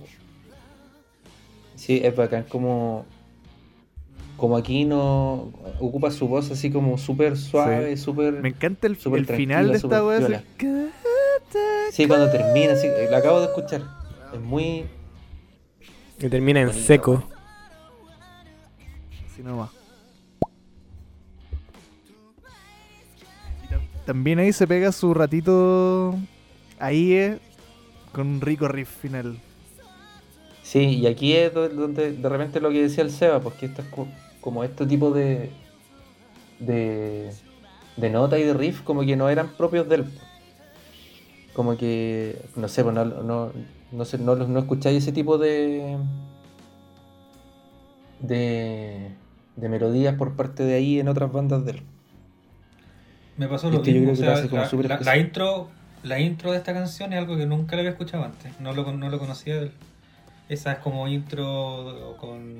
Sí, es bacán como. Como aquí no. Ocupa su voz así como súper suave, súper. Me encanta el, Súper el final de esta tranquila, weá. súper así, Sí, cuando termina, sí, la acabo de escuchar. Es muy. Que termina en Bonito, seco. Así nomás. Y tam- También ahí se pega su ratito ahí eh, con un rico riff final. Sí, y aquí es do- donde de repente lo que decía el Seba, porque esto es co- como este tipo de, de, de nota y de riff como que no eran propios del... Como que, no sé, pues no, no, no, sé, no, los- no escucháis ese tipo de, de, de melodías por parte de ahí en otras bandas del... Me pasó Y lo es que yo mismo, creo que o lo sea, hace como la, súper la- la especial. intro, la intro de esta canción es algo que nunca la había escuchado antes, no lo, con- no lo conocía. Esa es como intro con,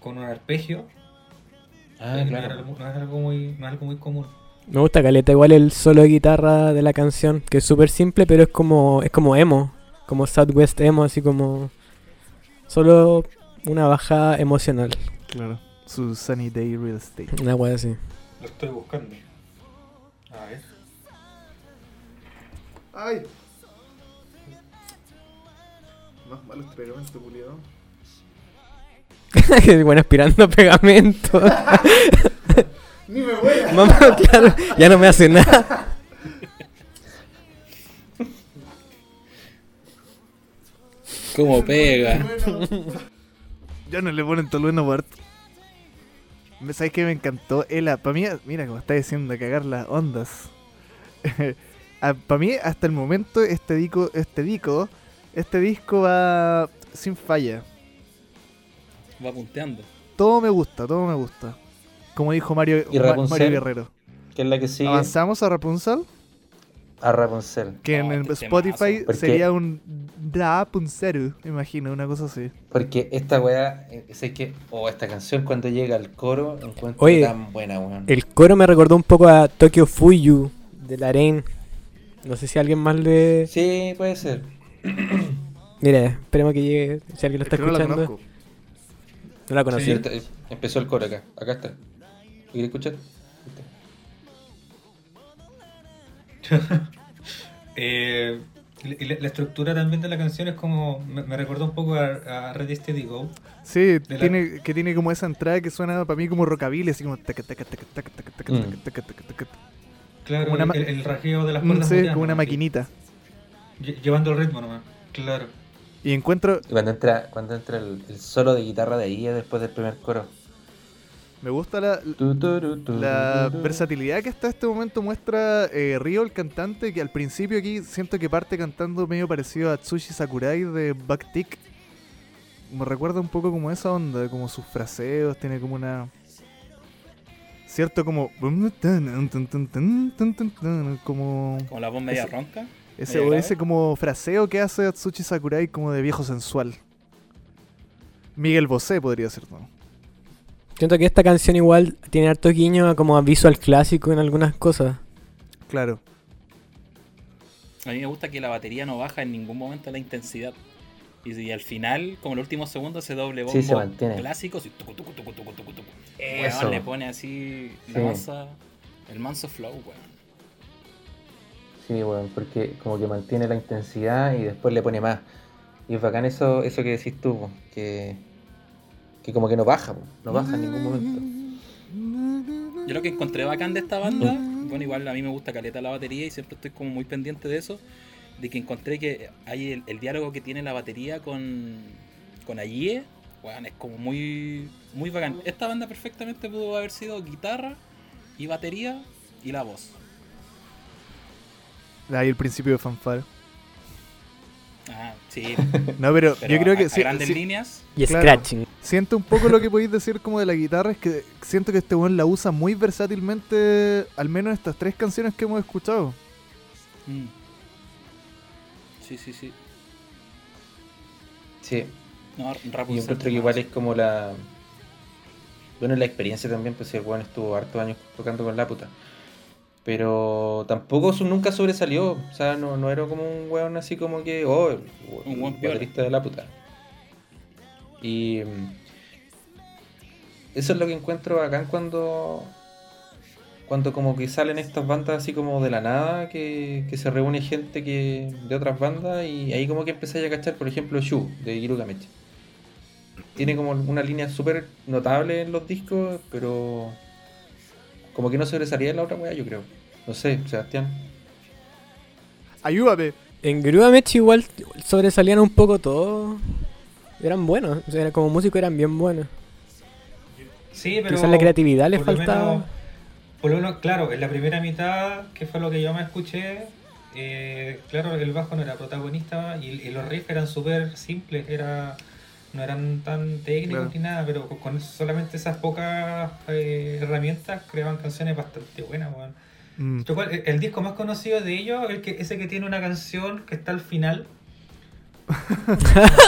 con un arpegio, Ah, eh, no, es algo, no es algo muy, no es algo muy común. Me gusta caleta, igual el solo de guitarra de la canción, que es súper simple, pero es como es como emo, como Southwest emo, así como solo una bajada emocional, Claro. Su Sunny Day Real Estate. una wea así. Lo estoy buscando. A ver. ¡Ay! Más malo este pegamento, culiado. bueno, aspirando a pegamento. ¡Ni me voy! Mamá, claro, ya no me hace nada. ¿Cómo pega? Ya no le ponen tolueno Bart. Me- ¿Sabes qué me encantó? Ela, para mí, mira como está diciendo, cagar las ondas. para mí, hasta el momento, este disco, este disco, este disco va sin falla. Va punteando. todo me gusta, todo me gusta. Como dijo Mario, ¿Y Ma- Rapunzel? Mario Guerrero. Que es la que sigue Avanzamos a Rapunzel, a Rapunzel. que en No, el este Spotify temazo. ¿Por qué? sería un Rapunzel, me imagino, una cosa así. Porque esta weá, eh, sé que, o esta canción cuando llega al coro, encuentro Oye, tan buena, weón. El coro me recordó un poco a Tokyo Fuyu de la Rain. No sé si alguien más le. Sí, puede ser. Mira, esperemos que llegue. Si alguien lo está Es que no la escuchando. conozco. No la conocí. Sí, esta- eh, empezó el coro acá. Acá está. ¿Lo querés escuchar? Ahí está. Eh, y la, la estructura también de la canción es como. Me, me recordó un poco a, a Ready Steady Go. Sí, la- tiene, que tiene como esa entrada que suena para mí como rockabilly, así como taca, taca, taca, taca, taca, taca, Mm. taca, taca, taca, taca. Claro, Como una ma- el, el rajeo de las Mm, cuerdas. sí, vocales, como una ¿no? maquinita. Lle- Llevando el ritmo nomás. Claro. Y encuentro, Y cuando entra, cuando entra el, el solo de guitarra de ahí después del primer coro. me gusta la, Tu, tu, ru, tu, la ru, ru. versatilidad que hasta este momento muestra eh, Río, el cantante, que al principio aquí siento que parte cantando medio parecido a Tsushi Sakurai de Backtick. Me recuerda un poco como esa onda, como sus fraseos, tiene como una... Cierto como... Como... Como la voz media Ese- ronca. Ese, ¿Medio o grave? ese como fraseo que hace Atsushi Sakurai como de viejo sensual. Miguel Bosé podría ser, ¿no? Siento que esta canción igual tiene harto guiño a como a visual clásico en algunas cosas. Claro. A mí me gusta que la batería no baja en ningún momento la intensidad. Y, y al final, como el último segundo, ese doble bombo Sí, se mantiene. clásico, así, tucu, tucu, tucu, tucu, tucu, tucu. Weón, Eso. le pone así la Sí. masa, el manso flow, weón. Sí, weón, porque como que mantiene la intensidad y después le pone más. Y es bacán eso, eso que decís tú, po, que, que como que no baja, po, no baja en ningún momento. Yo lo que encontré bacán de esta banda, Mm. bueno, igual a mí me gusta caleta la batería y siempre estoy como muy pendiente de eso, de que encontré que hay el, el diálogo que tiene la batería con, con Ayie, weón, es como muy, muy bacán. Esta banda perfectamente pudo haber sido guitarra y batería y la voz. Ahí el principio de fanfare. Ah, sí. No, pero, Pero yo creo a- que a si- grandes si- líneas. Y Claro. scratching. siento un poco lo que podéis decir como de la guitarra, es que siento que este weón la usa muy versátilmente, al menos estas tres canciones que hemos escuchado. mm. Sí, sí, sí. Sí, No, y Rapunzel. yo encuentro que igual es como la... Bueno, la experiencia también, pues el weón estuvo hartos años tocando con la puta. Pero tampoco su- nunca sobresalió, o sea, no, no era como un weón así como que, oh, el- Un weón piola. baterista de la puta. Y mm, eso es lo que encuentro bacán cuando cuando como que salen estas bandas así como de la nada, que, que se reúne gente que de otras bandas y ahí como que empezáis a cachar, por ejemplo, Shu de Irukamechi. Tiene como una línea súper notable en los discos, pero como que no sobresalía en la otra weá, yo creo. No sé, Sebastián. Ayúdame. En Grúamech igual sobresalían un poco todos. Eran buenos. O sea, como músicos eran bien buenos. Sí, pero. Quizás la creatividad les por lo faltaba. menos- por lo menos, claro, en la primera mitad, que fue lo que yo me escuché, eh, claro, el bajo no era protagonista y, y los riffs eran súper simples, era, no eran tan técnicos Claro. ni nada, pero con, con solamente esas pocas eh, herramientas creaban canciones bastante buenas, weón. Mm, Yo cual- El, el disco más conocido de ellos, el que, ese que tiene una canción que está al final.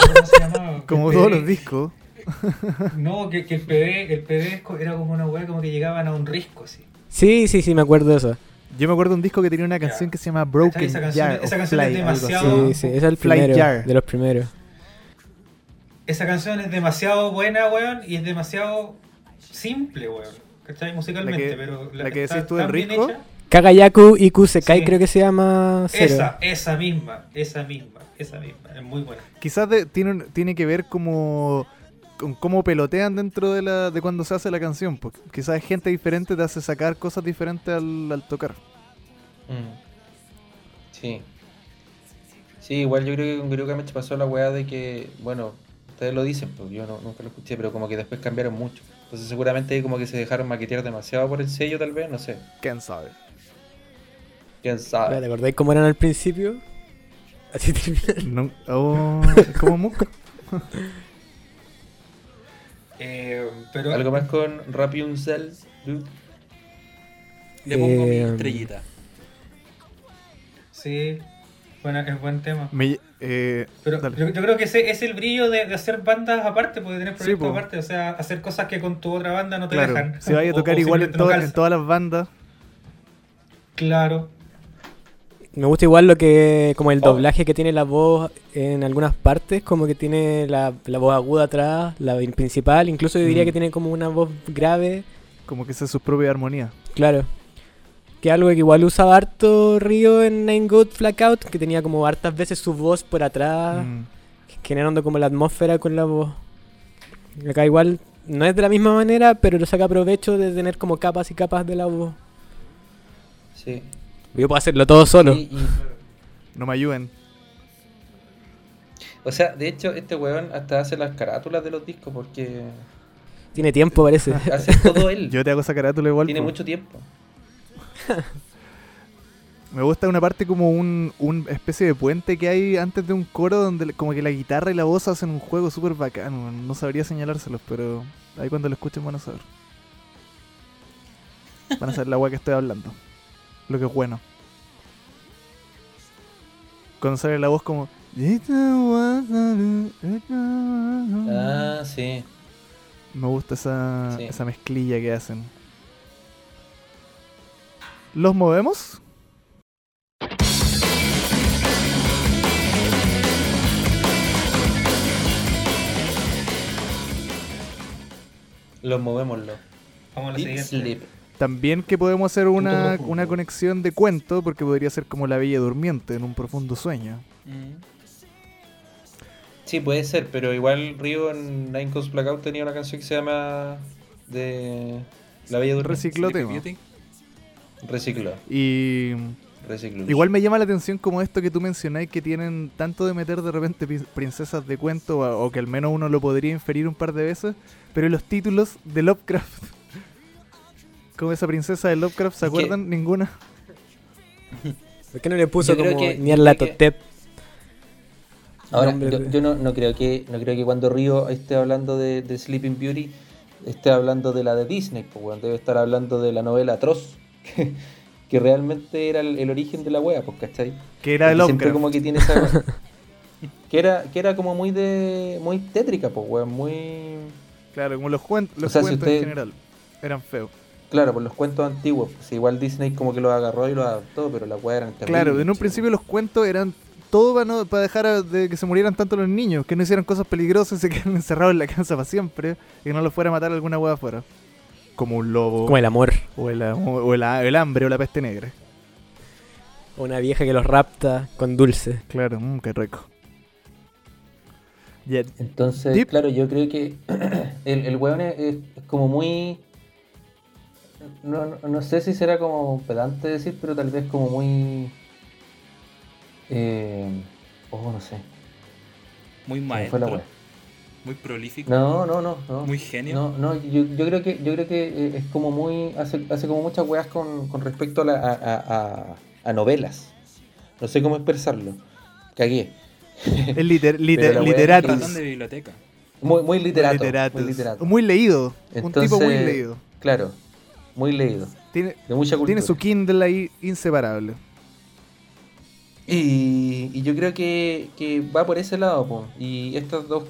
¿Cómo se llamaba? como Que todos te- los discos. No, que, que el PD, el PD es co- era como una weá como que llegaban a un risco, así. Sí, sí, sí, me acuerdo de eso. Yo me acuerdo de un disco que tenía una canción que se llama Broken Esa canción- Jar. esa o canción es Fly, algo así. demasiado- Sí, sí, es el Fly primero. Jar. De los primeros. Esa canción es demasiado buena, weón, y es demasiado simple, weón. ¿Cachai? Musicalmente, La que- pero la que está decís tú del tan bien risco. hecha. Kagayaku y Kusekai Sí. creo que se llama Cero. Esa, esa misma, esa misma, esa misma. Es muy buena. Quizás de- tiene, un- tiene que ver como con cómo pelotean dentro de la de cuando se hace la canción. Porque quizás gente diferente te hace sacar cosas diferentes al, al tocar. Mm. Sí. Sí, igual yo creo que con Griokamech pasó la weá de que, bueno, ustedes lo dicen, pues yo no- nunca lo escuché, pero como que después cambiaron mucho. Entonces seguramente como que se dejaron maquetear demasiado por el sello tal vez, no sé. ¿Quién sabe? ¿Quién Ah. Mira, ¿Te sabe? acordáis cómo eran al principio? Así terminan. No, oh, ¿Cómo Mook? Eh, pero ¿Algo más con Rapunzel? Duke? Le pongo mi Eh, estrellita. sí, bueno, es buen tema. Me- eh, Pero dale. yo, yo creo que ese es el brillo de, de hacer bandas aparte, porque tener Sí, proyectos po. aparte, o sea, hacer cosas que con tu otra banda no te Claro, dejan. si vaya a o- tocar o igual en, simplemente no todas- calza. en todas las bandas, Claro. Me gusta igual lo que, como el Oh. doblaje que tiene la voz en algunas partes, como que tiene la, la voz aguda atrás, la in- principal, incluso yo diría Mm. que tiene como una voz grave, como que esa es su propia armonía. claro. Que algo que igual usaba harto Río en Nine Good Blackout, que tenía como hartas veces su voz por Ah. atrás, Mm, generando como la atmósfera con la voz. Acá igual no es de la misma manera, pero lo saca provecho de tener como capas y capas de la voz. Sí. Yo puedo hacerlo todo solo. Y- y- no me ayuden. o sea, de hecho, este weón hasta hace las carátulas de los discos porque Tiene tiempo, parece. hace todo él. Yo te hago esa carátula igual. Tiene po. mucho tiempo. Me gusta una parte como un, un especie de puente que hay antes de un coro donde le- como que la guitarra y la voz hacen un juego súper bacano. weón. No sabría señalárselos, pero ahí cuando lo escuchen van a saber. Van a saber la agua que estoy hablando. Lo que es bueno. Cuando sale la voz como... Mm. Ah, sí. Me gusta esa, Sí. esa mezclilla que hacen. ¿Los movemos? Los movémoslo. Vamos a la Deep siguiente. Sleep. También que podemos hacer una, Punto, una punto. conexión de cuento, porque podría ser como la Bella Durmiente en un profundo sueño. Mm. Sí, puede ser, pero igual Río en Nine Coast Blackout tenía una canción que se llama de La Bella Durmiente. Reciclo Sleepy tema. Beauty. Reciclo. Y Reciclo. igual me llama la atención como esto que tú mencionáis, que tienen tanto de meter de repente prin- princesas de cuento, o o que al menos uno lo podría inferir un par de veces, pero los títulos de Lovecraft. Como esa princesa de Lovecraft, ¿se Es que- acuerdan? Ninguna. ¿Por qué no le puso Yo creo como que- ni yo al creo que- Latotep? Ahora, Nombre yo, de- yo no, no creo que no creo que cuando Río esté hablando de, de Sleeping Beauty esté hablando de la de Disney, pues weón, debe estar hablando de la novela Atroz, que, que realmente era el, el origen de la wea, pues ¿cachai? Que era de Porque siempre Lovecraft. como que tiene esa wea- que era que era como muy de muy tétrica, pues weón, muy Claro, como los, cuen- los O sea, si cuentos en usted- general. Eran feos. claro, por los cuentos antiguos, pues, igual Disney como que los agarró y los adaptó, pero la wea era Claro, en un principio los cuentos eran todo para, no- para dejar a- de que se murieran tanto los niños, que no hicieran cosas peligrosas y se quedaran encerrados en la casa para siempre, y que no los fuera a matar alguna hueá afuera. Como un lobo, Como el amor. o, el, o- o el, el hambre, o la peste negra. O Una vieja que los rapta con dulce. Claro, mmm, qué rico. Ya, Entonces, Deep. claro, yo creo que el, el weón es, es- es como muy. No, no- no sé si será como pedante decir, pero tal vez como muy. Eh, oh, no sé. Muy se me fue maestro. la wea. Muy prolífico. No, no, no, no. Muy genio. No, no, yo, yo creo que yo creo que eh, es como muy. hace, hace como muchas weas con, con respecto a, la- a, a- a- a novelas. No sé cómo expresarlo. Cagué. es liter, liter- la wea literatis, Un ratón de biblioteca. Muy, muy literato. literatus. Muy literato. Muy leído. un tipo muy Entonces- leído. Claro, muy leído. Tiene, De mucha cultura. tiene su Kindle ahí inseparable. Y, y yo creo que, que va por ese lado, po. Y estos dos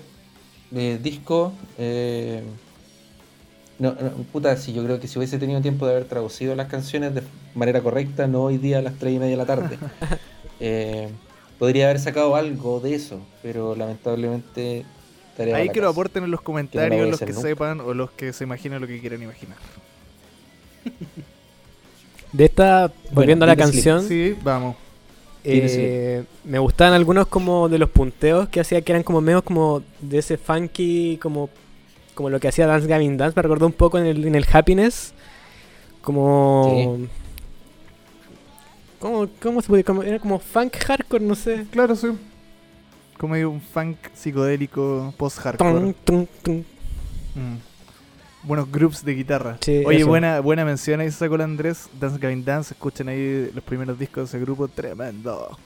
eh, discos. eh, no, no, puta, sí, yo creo que si hubiese tenido tiempo de haber traducido las canciones de manera correcta, no hoy día a las 3 y media de la tarde. Eh, podría haber sacado algo de eso, pero lamentablemente. tarea Ahí para que lo casa. aporten en los Que no comentarios lo voy a los hacer que nunca. sepan o los que se imaginen lo que quieran imaginar. De esta, volviendo a la Deep Sleep. canción, Sí, vamos. Deep eh, me gustaban algunos como de los punteos que hacía, que eran como menos como de ese funky, como, como lo que hacía Dance Gavin Dance. Me recordó un poco en el, en el Happiness. Como... ¿Cómo, cómo se puede? como- era como funk hardcore, no sé. Claro, sí. Como digo, un funk psicodélico Tum, post-hardcore. tum, tum. Mm. Buenos groups de guitarra. Sí, Oye, eso. buena, buena mención ahí sacó el Andrés. Dance Gavin Dance. Escuchen ahí los primeros discos de ese grupo. Tremendo.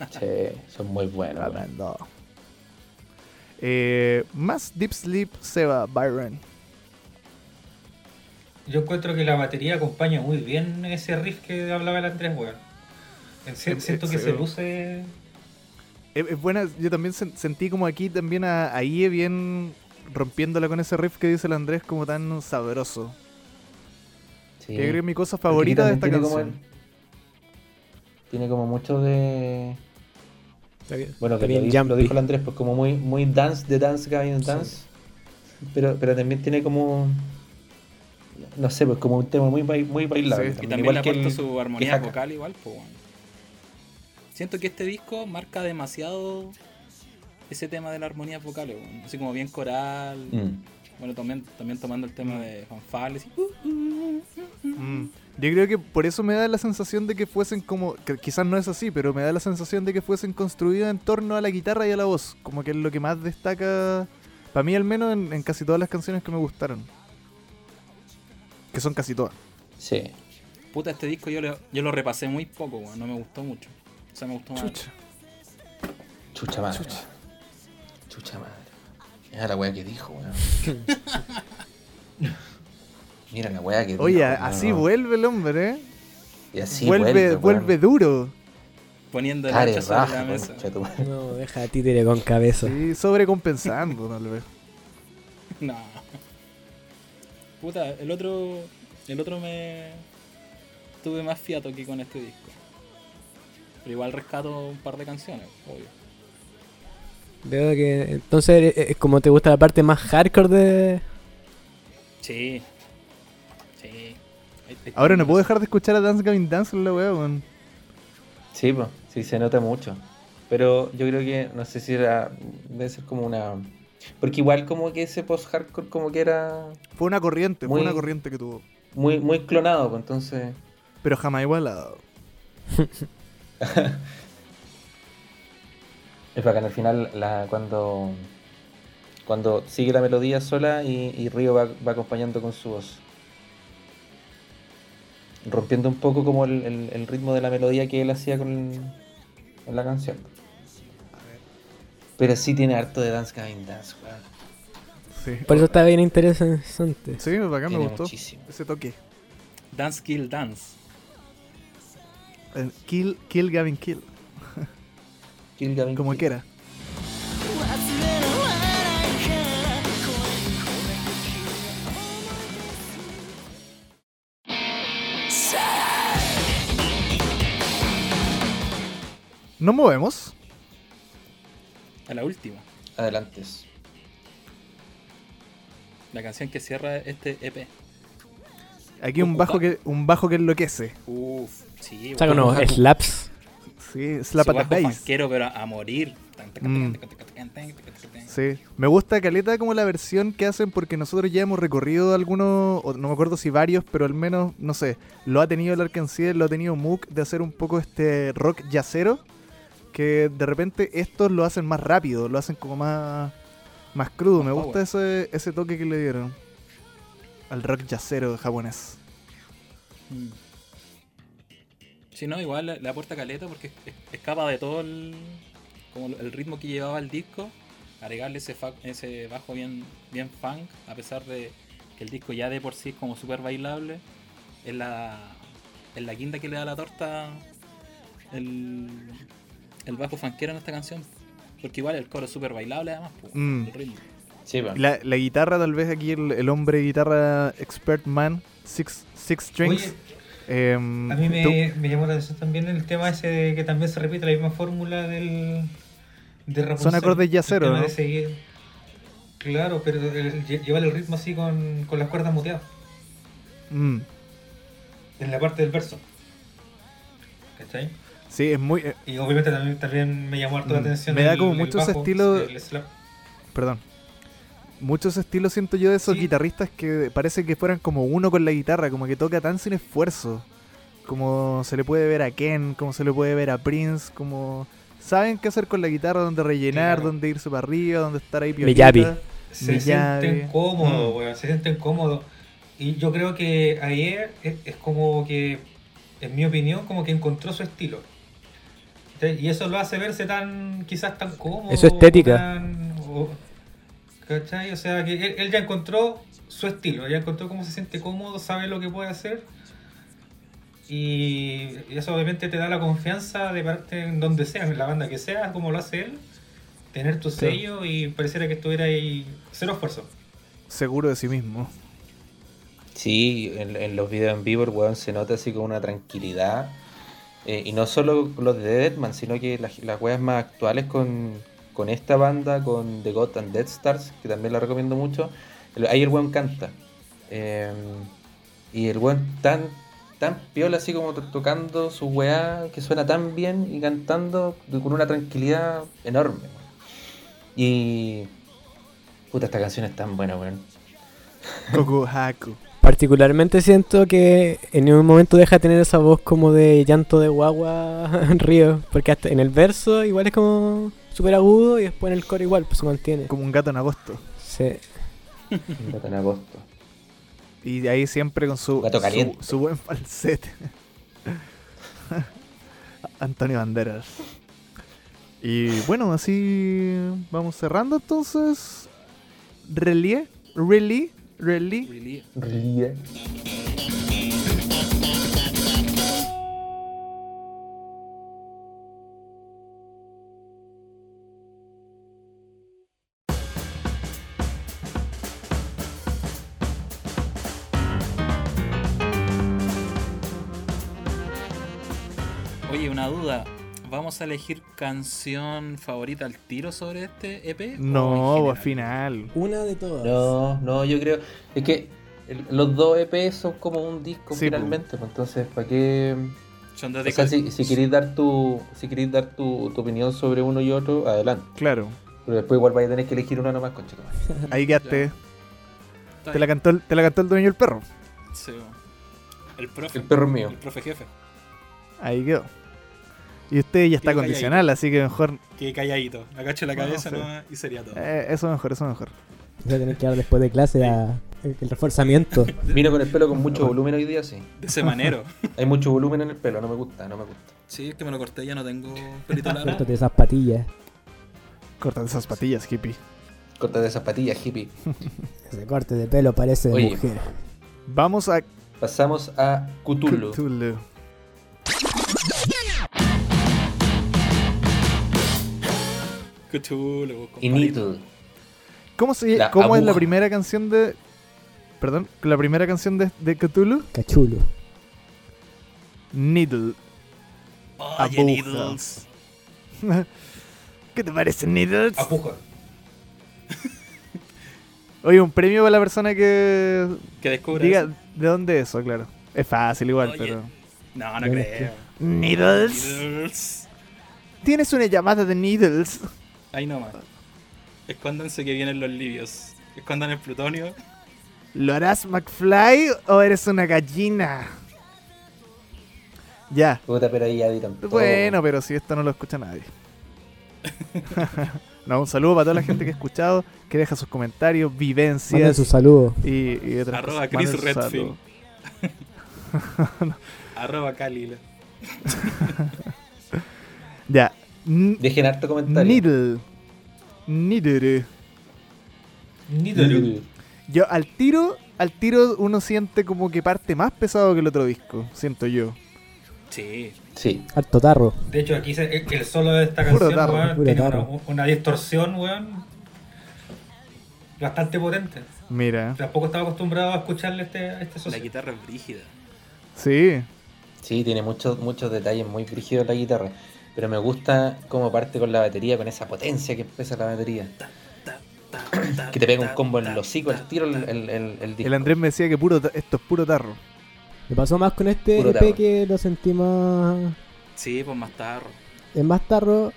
Ah, Sí, son muy buenos. weón. Tremendo. Eh, más Deep Sleep Seba Byron. Yo encuentro que la batería acompaña muy bien ese riff que hablaba el Andrés, weón. En- Eh, si- Siento eh, que sí, se weón. luce. Es, es buena, yo también sen- sentí como aquí también a, a IE bien rompiéndola con ese riff que dice el Andrés como tan sabroso. Sí. Yo creo que es mi cosa Porque favorita de esta también tiene como canción. el- tiene como mucho de. Está bien. Bueno, que Está lo, bien dijo, lo jumpy. dijo el Andrés, pues como muy, muy dance de dance guy and dance. Pero, pero también tiene como. No sé, pues como un tema muy, bai- muy bailable. Sí. Y también. también Igual le que aporta el- su armonía Haka. vocal igual, pues bueno. Siento que este disco marca demasiado ese tema de la armonía vocal, bueno. así como bien coral. Mm. Bueno, también, también tomando el tema de fanfales. Mm. Yo creo que por eso me da la sensación de que fuesen como, que quizás no es así, pero me da la sensación de que fuesen construidas en torno a la guitarra y a la voz, como que es lo que más destaca, para mí al menos en, en casi todas las canciones que me gustaron. Que son casi todas. Sí. Puta, este disco yo, lo- yo lo repasé muy poco, bueno, no me gustó mucho. O sea, me gustó más. Chucha. Chucha madre. Chucha, madre. Mira la weá que dijo, weón. Mira la weá que dijo. Oye, no, así no. vuelve el hombre, ¿eh? Y así vuelve, vuelve, weón. duro. Poniendo el Care hacha sobre raja, la mesa. concha tu madre. No, deja a títere con cabeza. Sí, sobrecompensando, tal vez. No. Puta, el otro. El otro me. Tuve más fiato que con este disco. Pero igual rescato un par de canciones, obvio. Veo que entonces eh, eh, como te gusta la parte más hardcore de... Sí. Sí. Ahí- ahí Ahora está. no puedo dejar de escuchar a Dance Gavin Dance la weá, weón. Sí, pues, sí, se nota mucho. Pero yo creo que, no sé si era, debe ser como una... Porque igual como que ese post-hardcore como que era Fue una corriente, Muy- fue una corriente que tuvo. muy, muy clonado, pues entonces... Pero jamás igualado. Es bacán, al final la, cuando, cuando sigue la melodía sola y, y Río va, va acompañando con su voz. Rompiendo un poco como el, el- el ritmo de la melodía que él hacía con, con la canción. Pero sí tiene harto de Dance Gavin Dance, weón. Sí. Por eso está bien interesante. Sí, acá me Tiene gustó. muchísimo. Ese toque. Dance Kill Dance. Eh, Kill, kill Gavin Kill. Kill Gavin Como Kill. quiera. 忘れられないから Nos movemos. A la última. Adelante. La canción que cierra este EP. Aquí un bajo que un bajo que enloquece. Uff, sí. Saca bueno. unos slaps. Sí, Su slap at bajo the bass. panquero, pero a morir. Tan, taca, Mm. taca, taca, taca, taca, taca, taca, taca. Sí. Me gusta Caleta como la versión que hacen porque nosotros ya hemos recorrido algunos, o no me acuerdo si varios, pero al menos, no sé, lo ha tenido el Arkansas, lo ha tenido Mook, de hacer un poco este rock yacero, que de repente estos lo hacen más rápido, lo hacen como más, más crudo. Me Más gusta power. ese, ese toque que le dieron al rock yacero japonés. Mm. Sí, no, igual le- le aporta caleta porque es- escapa de todo el, como el ritmo que llevaba el disco, agregarle ese, fa- ese bajo bien, bien funk, a pesar de que el disco ya de por sí es como súper bailable, es la, es la guinda que le da la torta el, el bajo funkero en esta canción, porque igual el coro es súper bailable además, pues, Mm. el ritmo. Sí, Ah. va. Y La, la guitarra, tal vez aquí el, el hombre guitarra expert man, Six, six Strings. Oye, em, a mí tú- me, me llamó la atención también el tema ese de que también se repite la misma fórmula del. De Rapunzel, acordes ya el cero, tema ¿no? de seguir. Claro, pero el- lle- llevar el ritmo así con, con las cuerdas muteadas. Mm. En la parte del verso. ¿Cachai? Sí, es muy. eh, Y obviamente también, también me llamó harto la Mm, atención. me da el- como el mucho ese bajo, estilo- el slap. perdón. Muchos estilos siento yo de esos Sí. guitarristas que parece que fueran como uno con la guitarra, como que toca tan sin esfuerzo. Como se le puede ver a Ken, como se le puede ver a Prince, como. Saben qué hacer con la guitarra, dónde rellenar, Claro. dónde irse para arriba, dónde estar ahí Miyabi. piolita. se Mi llave. sienten cómodos, Mm. weón, se sienten cómodos. Y yo creo que ayer es, es como que, en mi opinión, como que encontró su estilo. ¿Cachai? Y eso lo hace verse tan, quizás tan cómodo. Es su estética. tan- o- ¿Cachai? O sea, que él, él ya encontró su estilo, ya encontró cómo se siente cómodo, sabe lo que puede hacer. Y eso obviamente te da la confianza de parte en donde sea, en la banda que sea, como lo hace él, tener tu Claro. sello y pareciera que estuviera ahí cero esfuerzo. Seguro de sí mismo. Sí, en, en los videos en vivo el weón se nota así como una tranquilidad. Eh, y no solo los de Deadman, sino que las, las weas más actuales con, con esta banda, con The God and Dead Stars, que también la recomiendo mucho. el- Ahí el weón canta. Eh, y el weón tan, tan piola, así como to- tocando su weá, que suena tan bien y cantando con una tranquilidad enorme. Y. Puta, esta canción es tan buena, weón. Coco Haku. Particularmente siento que en un momento deja de tener esa voz como de llanto de guagua en río, porque hasta en el verso igual es como súper agudo y después en el coro igual pues se mantiene. Como un gato en agosto. Sí. en agosto. Y de ahí siempre con su, Gato su, caliente. su buen falsete. Antonio Banderas. Y bueno, así vamos cerrando entonces. Relie, Relie, Relie. Really. Oye, una duda. ¿Vamos a elegir canción favorita al tiro sobre este EP? o en No, al general? final. Una de todas. No, no, yo creo. Es que el- los dos EP son como un disco Sí, finalmente, pues, entonces, ¿para qué? Son dos O sea, discos- si, si queréis dar tu si queréis dar tu, tu opinión sobre uno y otro, adelante. Claro. Pero después igual vais a tener que elegir uno nomás, concha. tu madre. Ahí quedaste. está Te la bien. cantó el, te la cantó el dueño del perro. Sí, bueno. El profe. El perro es mío. El profe jefe. Ahí quedó. Y usted ya está Qué condicional, así que mejor. Que calladito. Agacho la No, cabeza sí. nomás y sería todo. eh, eso mejor, eso mejor. Voy a tener que dar después de clase a, el el reforzamiento. Vino con el pelo con mucho volumen hoy día, sí. De ese manero. Hay mucho volumen en el pelo, no me gusta, no me gusta. Sí, es que me lo corté, ya no tengo pelito largo. Suéltate esas patillas. Corta esas patillas, hippie. Corta de zapatillas, hippie. Ese corte de pelo parece de Oye. mujer. Vamos a Pasamos a Cthulhu. Cthulhu. Qué chulo, compadre. Y Needle. ¿Cómo, se, La ¿cómo es la aguja. primera canción de. Perdón, la primera canción de, de Cthulhu? Cachulo. Needle. Oye, Ah, Abuja. Needles. ¿Qué te parece, Needles? Apuja. Oye, un premio para la persona que Que descubra diga eso. de dónde es eso, claro. Es fácil igual, Oye. pero. No, Bueno, no creo. Needles. Needles. Tienes una llamada de Needles. Ahí nomás. Escóndanse que vienen los libios. Escondan el plutonio. ¿Lo harás McFly o eres una gallina? Ya. Puta, pero ahí ya dirán Oh. todo. Bueno, pero si esto no lo escucha nadie. no, un saludo para toda la gente que ha escuchado, que deja sus comentarios, Manden vivencias. sus saludos. y, y otras cosas. Arroba Chris Manden sus Redfield. saludos. Arroba Kalila. Ya. N- Dejen harto comentario. Needle. Needle. Needle. Yo al tiro, al tiro uno siente como que parte más pesado que el otro disco, siento yo. Sí. Sí. Harto tarro. De hecho, aquí se- el solo de esta Puro canción tarro, weón, puro tiene una, tarro. una distorsión weón, bastante potente. Mira. Tampoco estaba acostumbrado a escucharle este, a este La socio. guitarra es brígida. Sí. Sí, tiene muchos muchos detalles muy frígidos la guitarra, pero me gusta cómo parte con la batería, con esa potencia que empieza la batería. Que te pega un combo en el hocico, el tiro, el, el, el, el disco. El Andrés me decía que puro ta- esto es puro tarro. Me pasó más con este Puro EP tarro. que lo sentí más. Sí, pues más tarro. Es más tarro.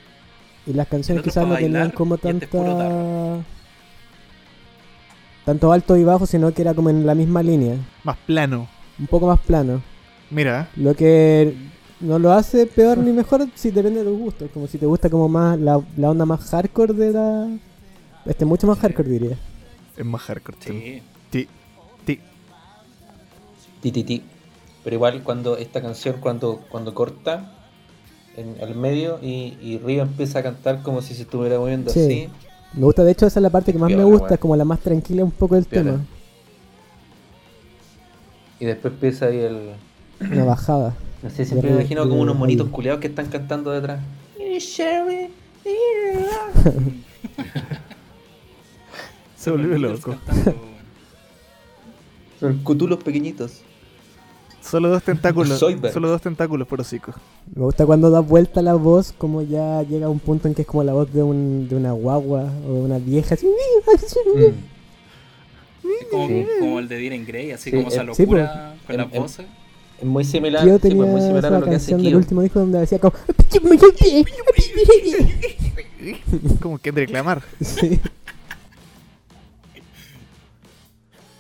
Y las canciones otro es quizás no pa' bailar, tenían como y este es puro tanta. Tanto alto y bajo, sino que era como en la misma línea. Más plano. Un poco más plano. Mira. Lo que no lo hace peor ni mejor si depende de los gustos. Como si te gusta como más la, la onda más hardcore de la... Este, mucho más hardcore diría. Es más hardcore. Sí. Ti- ti- Ti, ti, ti. Pero igual cuando esta canción, cuando, cuando corta en el medio y, y Río empieza a cantar como si se estuviera moviendo Sí. así, Me gusta, de hecho, esa es la parte que más Piola, me gusta, weón. es como la más tranquila un poco del Piola. tema. Y después empieza ahí el. Una bajada. No sé, siempre me imagino como unos monitos culeados que están cantando detrás. Se volvió Los loco. Beatles cantando, weón. Son cutulos pequeñitos. Solo dos tentáculos. Zoidberg. Solo dos tentáculos por hocico. Me gusta cuando da vuelta la voz, como ya llega a un punto en que es como la voz de, un, de una guagua o de una vieja. así. Mm. Mm. Es como, Sí. como el de Diren Grey, así Sí, como esa eh, sí, locura con en- las en- voces. Es muy similar, Yo sí, pues, tenía muy similar a esa lo que hace canción del Kyo. último disco donde decía como... Como que reclamar. Sí.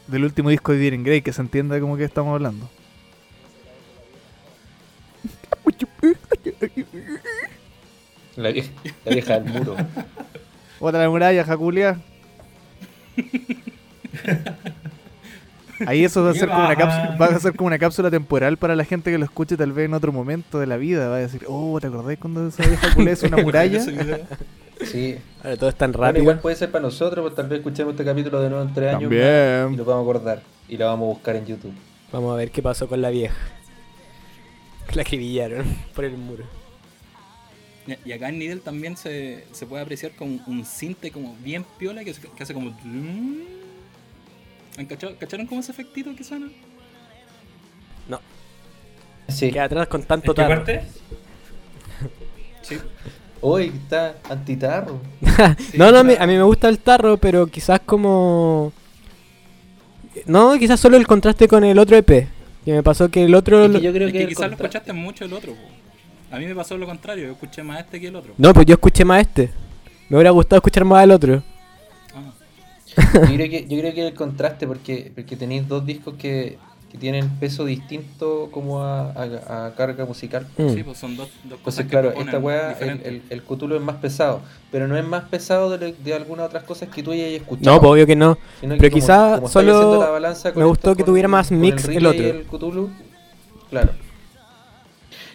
Del último disco de Diren Grey, que se entienda como que estamos hablando. La vieja, la vieja del muro. Otra muralla, jaculia. Ahí eso va a, Qué ser como una baja. cápsula, va a ser como una cápsula temporal para la gente que lo escuche tal vez en otro momento de la vida. Va a decir, oh, ¿te acordás cuando esa vieja culia es una muralla? Ese video. Sí. Ahora todo es tan Bueno, rápido. igual puede ser para nosotros, pues tal vez escuchemos este capítulo de nuevo en tres años. Y También. lo vamos a acordar. Y lo vamos a buscar en YouTube. Vamos a ver qué pasó con la vieja. La acribillaron por el muro. Y- Y acá en Needle también se, se puede apreciar como un cinte como bien piola que, que hace como... tlum. ¿Han cachado- ¿Cacharon como ese efectito que suena? Sí. Queda atrás con ¿En tanto qué tarro. parte? Sí. Hoy está antitarro. no, no, a mí, a mí me gusta el tarro, pero quizás como... No, quizás solo el contraste con el otro EP. Que me pasó que el otro... Es lo- que yo creo Es que, que el quizás lo contra- escuchaste mucho el otro. po. A mí me pasó lo contrario, yo escuché más este que el otro. No, pues yo escuché más este. Me hubiera gustado escuchar más el otro. Ah, yo, creo que, yo creo que el contraste, porque, porque tenéis dos discos que, que tienen peso distinto como a, a- a carga musical. Mm. Sí, pues son dos, dos cosas Entonces, claro, que proponen esta weá, el, diferentes. el, el Cthulhu es más pesado, pero no es más pesado de, lo- de algunas otras cosas que tú hayas escuchado. No, pues obvio que no. Sino Pero como- quizá como estáis solo haciendo la balanza con me gustó que tuviera más mix con el Ridley y otro. el Cthulhu, claro.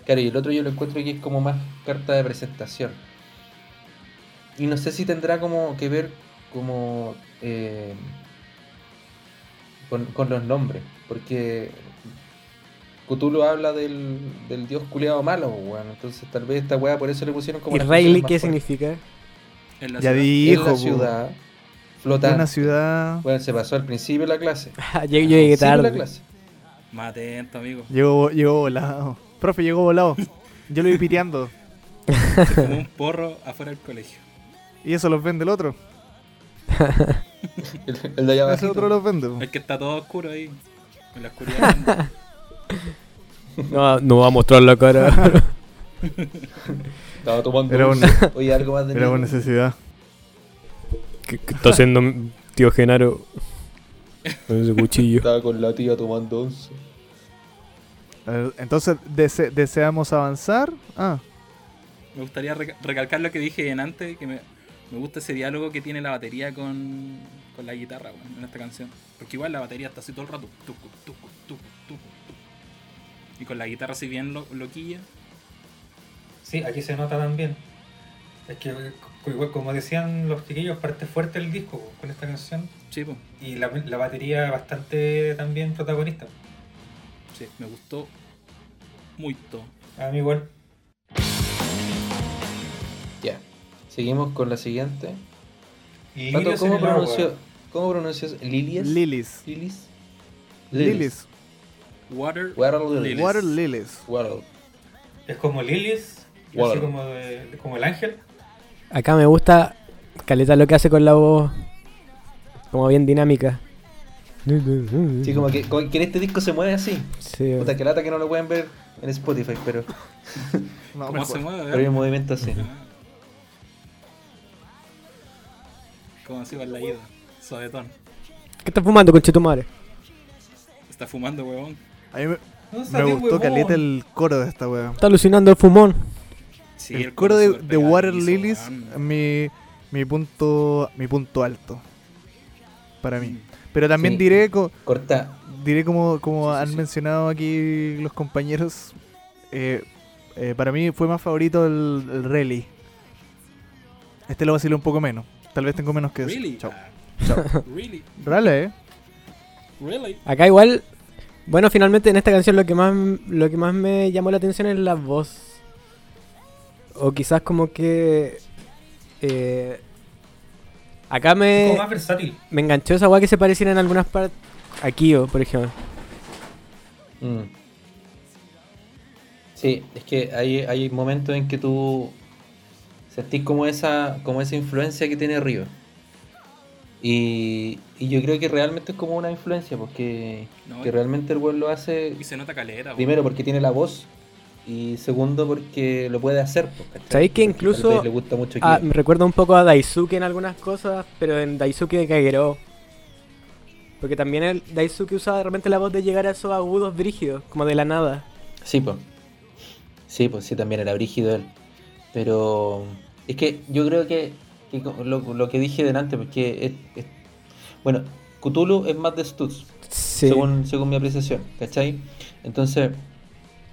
Claro, y el otro yo lo encuentro que es como más carta de presentación. Y no sé si tendrá como que ver como eh, con, con los nombres, porque Cthulhu habla del, del dios culeado malo, bueno, entonces tal vez esta weá por eso le pusieron como... ¿Y las Riley canciones qué más fuertes. significa? en la Ya ciudad. En dijo, la po. ciudad, flotante. una ciudad. Bueno, se pasó al principio de la clase. yo, yo llegué Ah, Sí, de la tarde. clase. Más atento, amigo. Llegó, llegó volado. Profe, llegó volado. Yo lo vi piteando. Como un porro afuera del colegio. Y eso los vende el otro. El, el de allá Ese abajo. otro los vende. po. Es que está todo oscuro ahí. En la oscuridad. no, no va a mostrar la cara. Estaba tomando. Era un- una- Oye, algo más de Era mí. una necesidad. ¿Qué, qué está haciendo tío Genaro con ese cuchillo? Estaba con la tía tomando once. A ver, Entonces, dese- ¿deseamos avanzar? Ah, me gustaría reca- recalcar lo que dije en antes, que me, me gusta ese diálogo que tiene la batería con, con la guitarra weón, en esta canción. Porque igual la batería está así todo el rato. tucu, tucu, tucu, tucu, tucu. Y con la guitarra así bien lo, loquilla. Sí, aquí se nota también. Es que, eh, co- igual, como decían los chiquillos, parte fuerte el disco po, con esta canción. Sí, po. Y la, la batería bastante también protagonista. Sí, me gustó mucho. A mí igual. Ya. Seguimos con la siguiente. Y Pato, Lilios en ¿cómo el agua. pronunció? ¿Cómo pronunció? ¿Lilies? Lilies. ¿Lilies? Lilies. Water. Water Lilies. Lilies. Water Lilies. Water. Es como Lilies, Water. así como, de- como el ángel. Acá me gusta Caleta lo que hace con la voz. Como bien dinámica. Sí, como que, como que en este disco se mueve así. Sí, Puta, que lata que no lo pueden ver en Spotify, pero, No, ¿Cómo se mejor. mueve? pero hay un movimiento así. Como así va la ida. Suavetón. ¿Qué estás fumando, conchetumare? Está fumando, huevón. A mí me, No me sabía, gustó huevón. caleta el coro de esta wea. Está alucinando el fumón. Sí, el coro de, súper de Water pegadizo, Ah, Lilies es weón. mi, mi punto mi punto alto para mí. Mm. Pero también Sí. diré co- Corta. diré como, como Sí, sí, han sí. mencionado aquí los compañeros eh, eh, para mí fue más favorito el, el Rally. Este lo vacilé un poco menos. Tal vez tengo menos que eso. Really? Chao. Ah, Chao. Really? Rale, ¿eh? Really? Acá igual, bueno, finalmente en esta canción lo que más lo que más me llamó la atención es la voz. O quizás como que eh, acá Es me, como más versátil. me enganchó esa weá que se pareciera en algunas partes a Kyo, por ejemplo. Mm. Sí, es que hay, hay momentos en que tú sentís como esa, como esa influencia que tiene Río. Y, y yo creo que realmente es como una influencia, porque No, que y- realmente el weón lo hace Y se nota caleta. po. primero porque tiene la voz y segundo porque lo puede hacer. pues, ¿cachai? ¿Sabéis que Porque tal incluso vez le gusta mucho Ah, Kira. me recuerda un poco a Daisuke en algunas cosas, pero en Daisuke de Kagero. Porque también el Daisuke usaba de repente la voz de llegar a esos agudos brígidos, como de la nada. Sí, pues. Sí, pues sí, también era brígido él. Pero es que yo creo que, que co- lo, lo que dije delante, porque es, es- Bueno, Cthulhu es más de Stutz, Sí. según, según mi apreciación, ¿cachai? Entonces,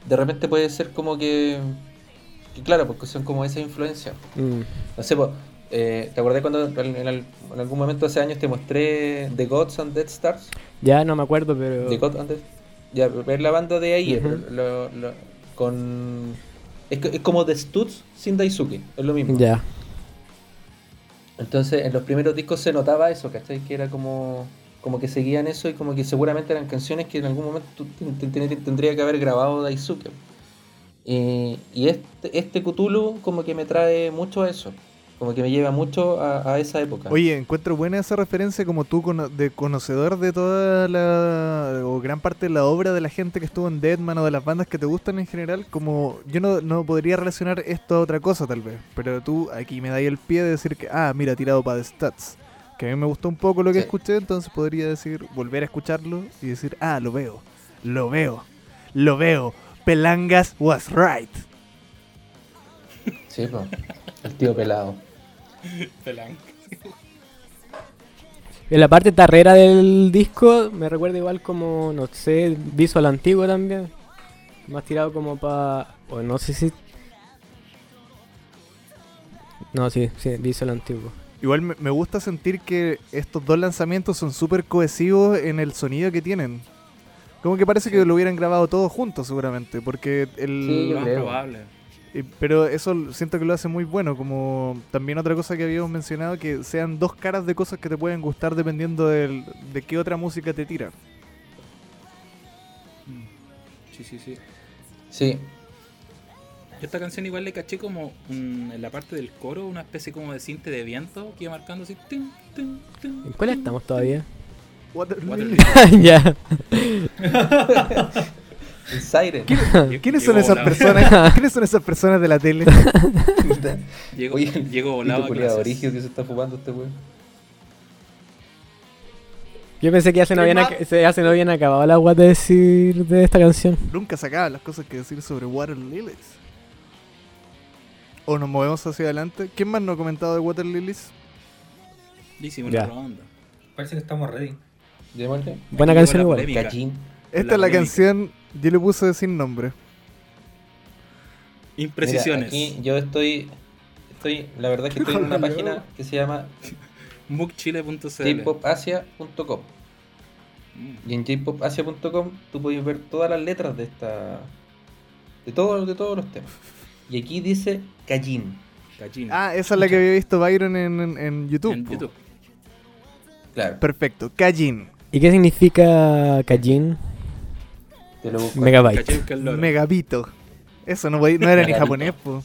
de repente puede ser como que... que claro, porque son como esa influencia. Mm. No sé, pues, eh, ¿te acordás cuando en, en al- en algún momento hace años te mostré The Gods and Dead Stars? Ya no me acuerdo, pero. de God antes. Ya, ver la banda de ahí, Ujú. pero lo- lo- con. Es, que- es como The Stutz sin Daisuke, es lo mismo. Ya. Entonces, en los primeros discos se notaba eso, ¿cachai? Que era como, como que seguían eso y como que seguramente eran canciones que en algún momento tú ten- ten- ten- tendría que haber grabado Daisuke. Eh, y este, este Cthulhu como que me trae mucho a eso, como que me lleva mucho a, a esa época. Oye, encuentro buena esa referencia como tú cono- de conocedor de toda la o gran parte de la obra de la gente que estuvo en Deadman o de las bandas que te gustan en general, como yo no, no podría relacionar esto a otra cosa tal vez, pero tú aquí me dais el pie de decir que, ah, mira, tirado para The Stats, que a mí me gustó un poco lo que Sí. escuché, entonces podría decir, volver a escucharlo y decir, ah, lo veo, lo veo, lo veo, Pelangas was right. Sí, po. el tío pelado. Pelán. En la parte tarrera del disco me recuerda igual como, no sé, visual antiguo también. Más tirado como para. O no sé si. No, sí, sí, visual antiguo. Igual me, me gusta sentir que estos dos lanzamientos son súper cohesivos en el sonido que tienen. Como que parece que lo hubieran grabado todos juntos seguramente, porque Sí, el... yo Lo más creo. probable. eh, Pero eso l- siento que lo hace muy bueno, como también otra cosa que habíamos mencionado, que sean dos caras de cosas que te pueden gustar dependiendo del- de qué otra música te tira. Sí, sí, sí. Sí, Yo esta canción igual le caché como mm, en la parte del coro, una especie como de cinte de viento que iba marcando así. tin, tin, tin, ¿En cuál tin. estamos todavía? Waterloo. ya. el Siren. ¿Quiénes son Llegó esas volado. personas? ¿Quiénes son esas personas de la tele? Llego, Oye, llego volado Pito a culiao, clases. brígido que se está fumando este weón. Yo pensé que ya se nos habían, ac- se- ya se nos habían acabado las guas de decir de esta canción. Nunca sacaba las cosas que decir sobre Water Lilies. O nos movemos hacia adelante. ¿Quién más no ha comentado de Water Lilies? Le hicimos Ya. una ronda. Parece que estamos ready. Démosle. Buena Aquí canción llegó la igual. polémica. Cachín. Esta La es la polémica. canción, yo le puse sin nombre. Mira, Imprecisiones. aquí yo estoy. Estoy. La verdad es que estoy en una página que se llama Muckchile.cl jpopasia.com. Mm. Y en jpopasia.com tú puedes ver todas las letras de esta. De todos, de todos los temas. Y aquí dice Callín. Cachín. Ah, esa es la que había visto Byron en, en- en YouTube. Mm. en po. YouTube. Claro. Perfecto, Callin, ¿Y qué significa Kajin? Te lo busco. Megabyte. Cachín que el loro. Megabito. Eso no, podía- no era ni Megabito. japonés, po.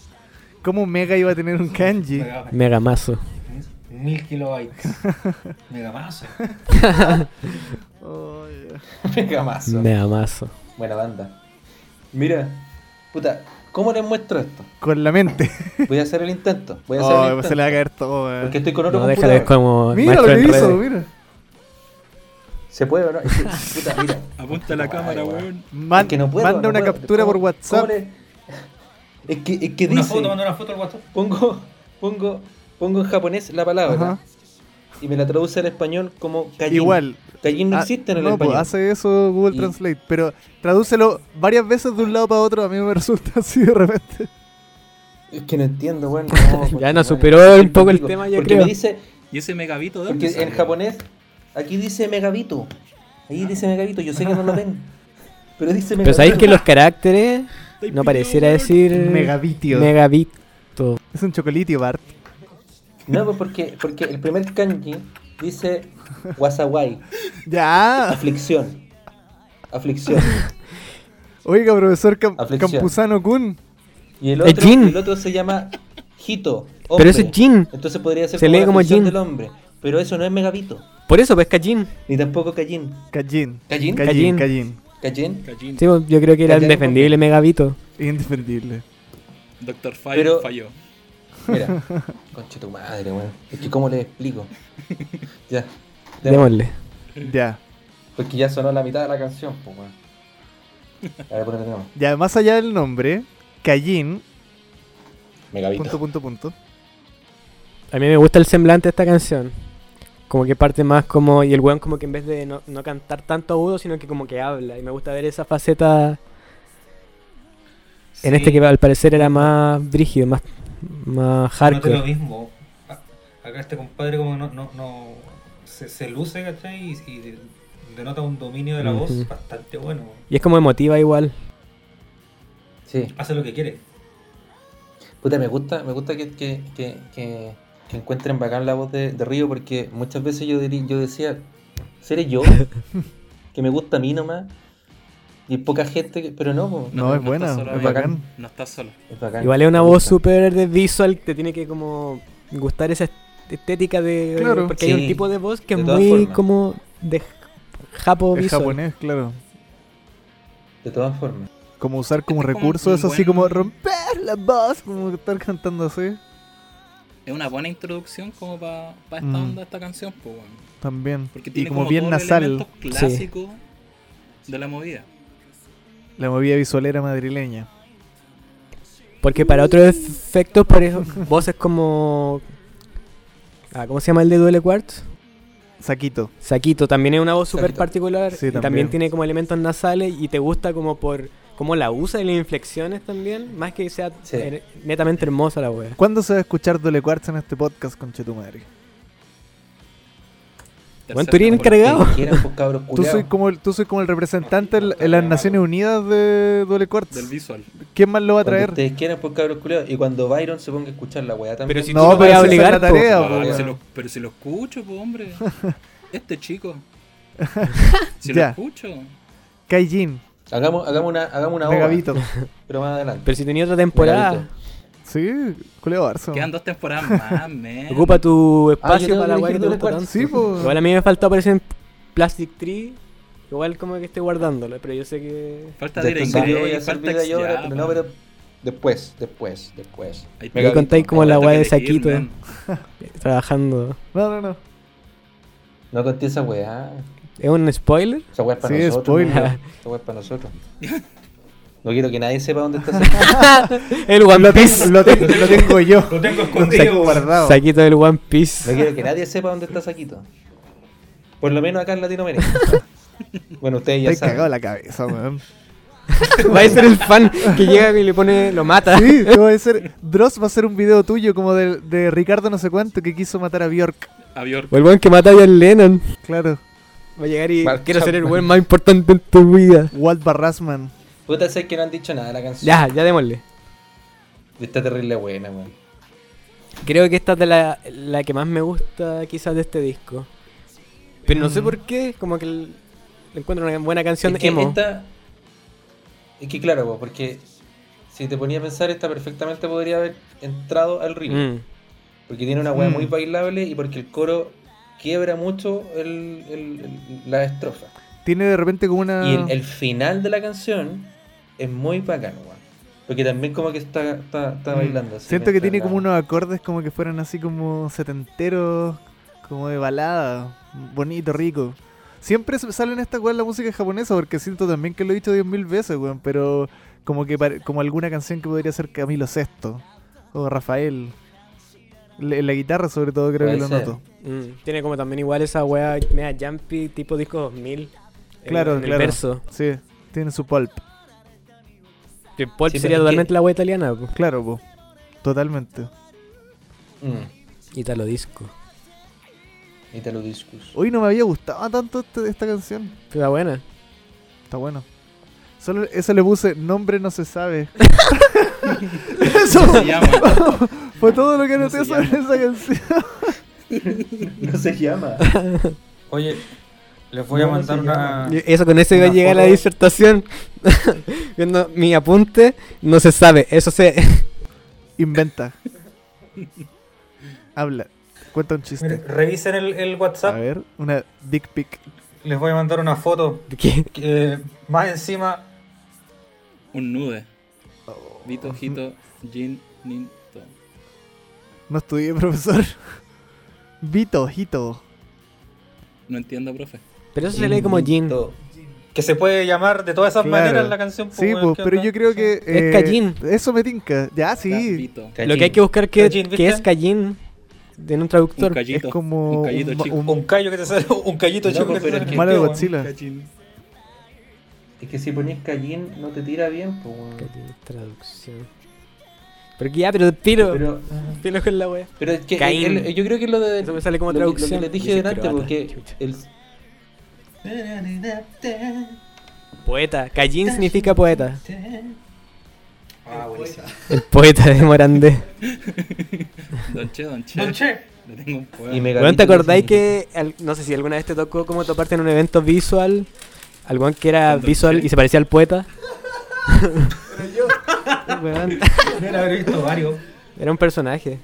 ¿Cómo Mega iba a tener un kanji? Megabyte. Megamazo. Mil kilobytes. Megamazo. Oh, ya. Megamazo. Megamazo. Buena banda. Mira. Puta, ¿cómo les muestro esto? Con la mente. Voy a hacer el intento. Voy a hacer el Oh, intento. se le va a caer todo. eh. Porque estoy con otro No, déjale ver computador. como. Mira lo maestro que en hizo, redes. mira. Se puede, ¿no? Es que, puta, mira. Apunta a la Ay, cámara, weón. weón. Man- Es que no puedo, manda no una puedo. captura por ¿Cómo- WhatsApp. cómo le- Es que, es que Una dice, foto, manda una foto al WhatsApp. pongo, pongo, pongo en japonés la palabra Ajá. y me la traduce al español como callín. Igual. Callín no Ah, existe en el no, po, español. hace eso Google Y- Translate, pero tradúcelo varias veces de un lado para otro, a mí me resulta así de repente. Es que no entiendo, weón. No, Ya conchetumare, nos superó es un poco el ridículo. tema, yo Porque creo. me dice, ¿Y ese megabito de dónde Porque en salió? japonés, aquí dice megabito. Ahí dice megabito, yo sé que no lo ven. Pero dice megabito. Pero sabéis que los caracteres no pareciera decir Megabitio. megabit. Eh, es un chocolitio, Bart. No, pues porque, porque el primer kanji dice wasawai, Ya. aflicción. Aflicción. Oiga, profesor Cam- Aflicción. Campuzano Kun. Y el Es otro, Jin. el otro se llama Hito. hombre. Pero ese es Jin. Entonces podría ser Se como lee la como aflicción Jin. del hombre. Pero eso no es megabito. Por eso, pues Kajin. Ni tampoco Kajin. Callín. ¿Callín? Callín. Callín. Callín. ¿Kajin? Cachín. Sí, pues, yo creo que era Kajin, indefendible megabito. Indefendible. Doctor Fire Pero- falló. Mira. Conche tu madre, weón. Es que cómo le explico. ya. Ya. Démosle. Ya. Porque ya sonó la mitad de la canción, pues weón. A ver, ponete tema. Ya, más allá del nombre, Callín, punto, Megabito. punto, punto. A mí me gusta el semblante de esta canción. Como que parte más como. Y el weón, como que en vez de no, no cantar tanto agudo, sino que como que habla. Y me gusta ver esa faceta en Sí, este que al parecer era más brígido, más, más No es lo hardcore. mismo. A- Acá este compadre como no, no, no se, se luce, ¿cachai? Y, y de- denota un dominio de la Mm, Ujú. voz bastante bueno. Y es como emotiva igual. Sí. Hace lo que quiere. Puta, me gusta, me gusta que, que, que, que, que encuentren bacán la voz de, de Río porque muchas veces yo, dirí- yo decía, ¿seré yo? que me gusta a mí nomás. Y poca gente, que- pero no, po. No, es buena, estás solo, es amigo. bacán. No estás solo. es bacán. Igual es una Me voz gusta. súper de visual, te tiene que como gustar esa estética de... Claro. porque hay Sí, un tipo de voz que de es todas muy formas. como de japo Es visual. japonés, claro. De todas formas. Como usar como Es como recurso un eso, así buen- como romper la voz, como estar cantando así. Es una buena introducción como para esta Mm. onda, esta canción, pues, weón. También. Porque Y tiene como bien todos los nasal, elementos clásicos de la movida. la movida visualera madrileña. Porque para otros efectos, por ejemplo, voces como... Ah, ¿Cómo se llama el de Duele Quartz? Saquito. Saquito, también es una voz súper Saquito. particular. Sí, y también. también. tiene como elementos nasales y te gusta como por... Cómo la usa y las inflexiones también. Más que sea Sí. her- netamente hermosa la wea. ¿Cuándo se va a escuchar Dole Cuarza en este podcast con Chetumare? Buen Tercera Turín temporada. encargado. Que quieran, pues, cabros Tú culiaos. soy, como el, tú soy como el representante en- en las Naciones Unidas de Dole Cuarza. Del visual. ¿Quién más lo va a Cuando traer? ustedes quieran, pues cabros culiados. Y cuando Byron se ponga a escuchar la weá también. Pero si No, tú lo pero vas a esa es obligar, la po. tarea, Ah, po, pero, si weón. lo, pero si lo escucho, pues, hombre. Este chico. Si Ya. lo escucho. Kaijin, Hagamos, hagamos una, hagamos una obra, Megabito. pero más adelante. Pero si tenía otra temporada... Megabito. Sí, Julio Barzo. Quedan dos temporadas más, man. Ocupa tu espacio Ah, tengo para la que weá que te elegir gusta doble tanto. Sí, po. Igual a mí me faltó aparecer en Plastic Tree. Igual como que estoy guardándolo, pero yo sé que. Falta de Después yo voy a ir hacer falta vida y obra, ya, pero no, man. pero después, después, después. Ahí Me contáis como Hay la tanto weá que de elegir, Saquito man. trabajando. No, no, no. No conté esa weá. ¿Es un spoiler? Esa weá es para Sí, nosotros. spoiler. ¿no? Esa weá es para nosotros. No quiero que nadie sepa dónde está esa El One Lo Piece. tengo, lo tengo, lo tengo yo. Lo tengo Lo tengo escondido. guardado. Saquito del One No Piece. quiero que nadie sepa dónde está Saquito. Por lo menos acá en Latinoamérica. Bueno, ustedes ya Te he cagado saben. la cabeza, weón. Va a ser el fan que llega y le pone. lo mata. Sí, te voy a decir, Dross va a hacer un video tuyo como de, de Ricardo no sé cuánto que quiso matar a Bjork. A Bjork. O el weón que mata a John Lennon. Claro. Va a llegar y. Mark Quiero ser el Chapman. weón más importante en tu vida. Walt Barrasman. Puta, sé que no han dicho nada de la canción. Ya, ya démosle. Está terrible buena, weón. Creo que esta es de la, la que más me gusta quizás de este disco. Pero no sé Mm. por qué, como que el- le encuentro una buena canción Es que emo. esta- Es que claro, po, porque si te ponía a pensar, esta perfectamente podría haber entrado al ritmo. Mm. Porque tiene una weá Mm. muy bailable y porque el coro quiebra mucho el, el- el- la estrofa. Tiene de repente como una. Y Ah. el, el final de la canción es muy bacano, weón. Porque también como que está, está, está Mm. bailando. así Siento que mientras tiene la- como unos acordes como que fueran así como setenteros, como de balada, bonito, rico. Siempre se- sale en esta weá la música japonesa, porque siento también que lo he dicho diez mil veces, weón, pero como que pare- como alguna canción que podría ser Camilo VI o Rafael. Le- la guitarra sobre todo creo que lo Puede ser. noto. Mm. Tiene como también igual esa wea media jumpy tipo disco 2000. en- Claro, en el claro. verso. Sí, tiene su pulp. Que Pulp Sí, pero sería es que- totalmente la wea italiana. po. Claro, po. Totalmente. Mm. Italo disco. Italo Discus. Hoy no me había gustado tanto este- esta canción. Está buena. Está bueno. Solo eso le puse nombre no se sabe. eso Se llama. fue todo lo que No anoté se sobre llama. esa canción. No se llama. Oye, les voy a No, no mandar se una. llama. Ah. Y Eso con eso iba a Una llegar a la foto. disertación. Viendo mi apunte, no se sabe. Eso se. Inventa. Habla. Cuenta un Mire, chiste. Revisen el, el A WhatsApp. ver, una dick pic. Les voy a mandar una foto. ¿Qué? que eh, más encima. Un nude. Vito, Jito, Jin, Ninto. No estudié, profesor. Vito, Jito. No entiendo, profe. Pero eso se lee como Jin. Todo. Que se puede llamar de todas esas Claro. maneras la canción. Sí, weón, pues, ¿qué pero onda? yo creo que. eh, Es Callín. Eso me tinca. Ya, Ya, sí. Vito. Lo que hay que buscar que, Callín, que es ¿viste? Callín en un Un traductor. Es callito. como. Un callito chico. Un callo que te sale. Un callito No, chico. pues, que te pero sale es que- en malo de el pie, Godzilla. Es que si pones Cayenne no te tira bien, pues. weón. Callín, traducción. Pero que ya, pero tiro. Pero, Tiro con la wea. pero es que Caín. el- el- yo creo que lo de Eso me sale como lo que- lo que traducción. les dije Dice delante, croata, porque chucha. el, Poeta. Callín significa poeta. weón. Ah, buenísimo. El poeta de Morandé. Don Che, Don Che. Don Che. Le tengo un y poema. Megalito Weón, ¿te le acordáis significa- que, al- no sé si alguna vez te tocó como toparte en un evento visual? Algún que era ¿Cuándo? visual y se parecía al poeta. Weón, Yo la habré visto varios. era un personaje.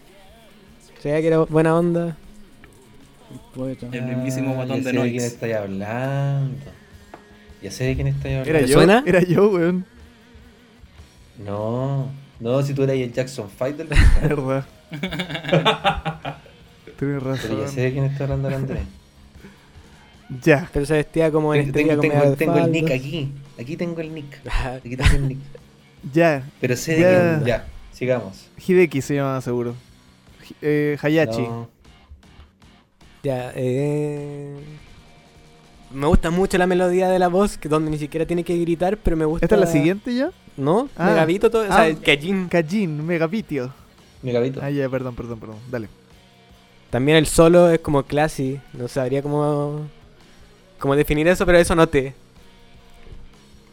O sea, que era buena onda. Poeta. El mismísimo Ah, guatón ya de sé de quién Noix. estáis hablando. Ya sé de quién estáis hablando. Era ¿Te yo. suena? Era yo, weón. No, no, si tú eras el Jackson Fight del La verdad. Tienes Pero ya sé razón. de quién está hablando el Andrés. Ya. Pero se vestía como en Tengo, tengo, estrella como tengo, media tengo el falda. nick aquí. Aquí tengo el nick. Ah, Aquí tengo el nick. Ya. Pero sé de Ya. quién. Ya, sigamos. Hideki se llama seguro. Hi- eh, Hayachi. No. Ya, eh... Me gusta mucho la melodía de la voz, que donde ni siquiera tiene que gritar, pero me gusta... ¿Esta es la siguiente ya? ¿No? Ah. Megavito todo... O Ah. sea, Callín. Kajin, Megapitio. Megabito. Ah, ya, perdón, perdón, perdón. Dale. También el solo es como classy. No sabría cómo, cómo definir eso, pero eso no te.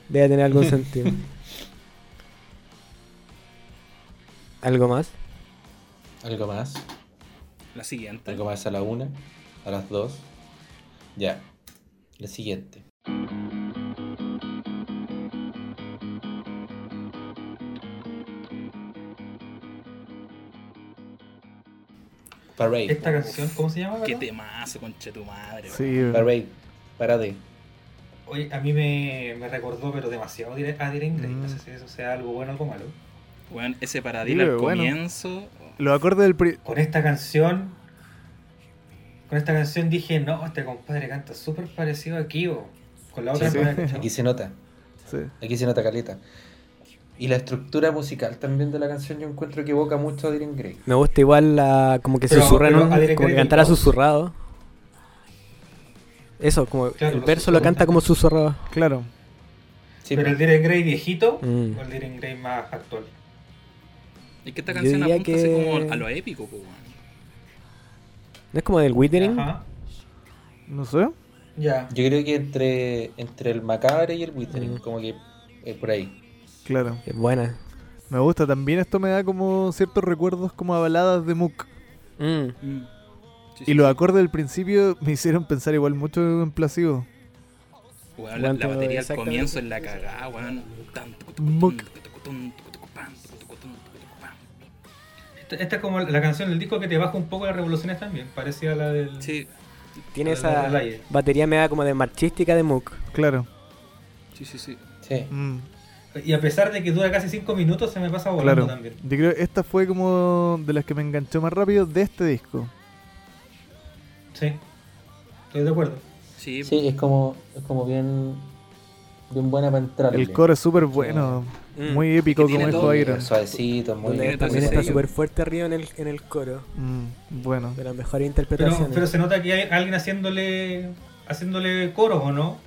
Debe tener algún sentido. ¿Algo más? Algo más. La siguiente. Algo más a la una. A las dos. Ya. La siguiente. Parade. Esta canción, ¿cómo se llama? Qué verdad? temazo, conche tu madre. Sí. weón. weón. Parade. Parade. Oye, a mí me, me recordó, pero demasiado dire- a Dire Ingrid. Mm. No sé si eso sea algo bueno o algo malo. Weón, ese paradigma Sí, al bueno. comienzo. Los acordes del... pri- Con esta canción. Con esta canción dije, no, este compadre canta súper parecido a Kibo. Con la otra Sí, que sí. me había Aquí escuchado. se nota. sí. Aquí se nota caleta. Y la estructura musical también de la canción yo encuentro que evoca mucho a Diren Grey. Me gusta igual la, como que Pero- susurran, pero un- a Derek como que Green cantara Rose. susurrado. Eso, como Claro, el lo verso lo susurran canta como susurrado. Claro. Sí, Pero el Dire Grey viejito Mm. o el Dire Grey más actual. Es que esta Yo canción diría apunta así que- como a lo épico, pues, weón. ¿No es como del Withering? Ajá. No sé. Ya. Yo creo que entre, entre el macabre y el Withering, Mm. como que eh, por ahí. Claro. Es buena. Me gusta. También esto me da como ciertos recuerdos como a baladas de Mook. Mm. Mm. Sí, sí. Y los acordes del principio me hicieron pensar igual mucho en Placebo. Weón, la, la Cuánto batería al exactamente. comienzo es la cagada, weón. Tan, tucu, tucu, Muc. tun, tucu, tucu, tun, tucu, tucu, pan, tucu, tucu, tun, tucu, tucu, pan. Esta, esta es como la canción del disco que te baja un poco las revoluciones también. Parecía la del. Sí, Tiene la- esa la- la- batería media como de marchística de Mook. Claro. sí, sí, sí. Sí. Mm, Y a pesar de que dura casi 5 minutos, se me pasa volando claro. Oh, también. Yo creo que esta fue como de las que me enganchó más rápido de este disco. Sí. Estoy de acuerdo. Sí, Sí, es como, es como bien, bien buena para entrar. El coro es súper bueno. Mm. Muy épico, Que como tiene dijo todo. Iron. Suavecito, muy Donde bien. también ese está sello. súper fuerte arriba en el, en el coro. Mm, bueno. De las mejores Pero, interpretaciones. pero se nota que hay alguien haciéndole haciéndole coros o no.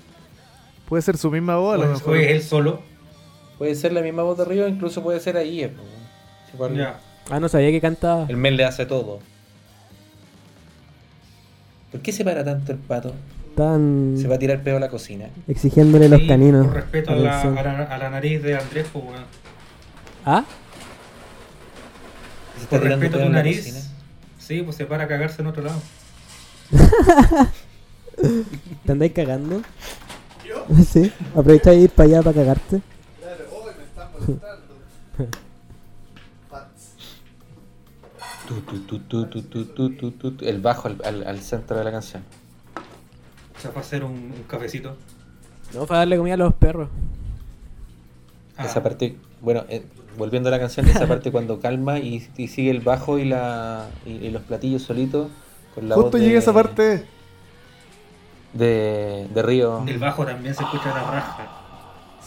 Puede ser su misma voz, a lo o, es- o mejor. es él solo. Puede ser la misma voz de arriba, incluso puede ser ahí. eh, pues, sí, por- Ya. Ah, no sabía que cantaba. El men le hace todo. ¿Por qué se para tanto el pato? Están Se va a tirar pedo a la cocina. exigiéndole los Sí, caninos. Por respeto a la, a la- a la nariz de Andrés, pues, weón. ¿Ah? Se está Por tirando respeto a pedo tu a la nariz. cocina. Sí, pues se para a cagarse en otro lado. ¿Te andáis cagando? Sí, aprovecháis de ir para allá para cagarte. Tu, tu, tu, tu, tu, tu, tu, tu, tu, tu. El bajo al, al- al centro de la canción. Se fue a hacer un, un cafecito. No, para darle comida a los perros. Ah, Esa parte, bueno, eh, volviendo a la canción, esa parte cuando calma y, y sigue el bajo y la y, y los platillos solitos con la Justo voz llega de- esa parte. de, de Río. El bajo también se escucha la raja.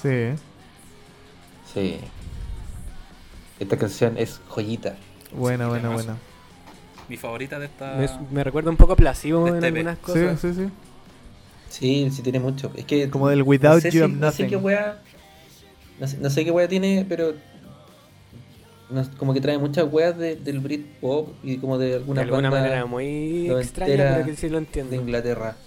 Sí. Sí. Esta canción es joyita. Buena, Sí, buena, temazo. buena. Mi favorita de esta. Me, me recuerda un poco a Placebo en Este pe- algunas Sí, cosas. sí, sí. Sí, sí tiene mucho. Es que Como del Without no sé, You si- I'm no sé Nothing. qué wea, no sé, no sé qué wea tiene, pero no- como que trae muchas weas de- del Britpop y como de de alguna, alguna banda manera muy noventera extraña, pero que sí de lo entiendo. Inglaterra.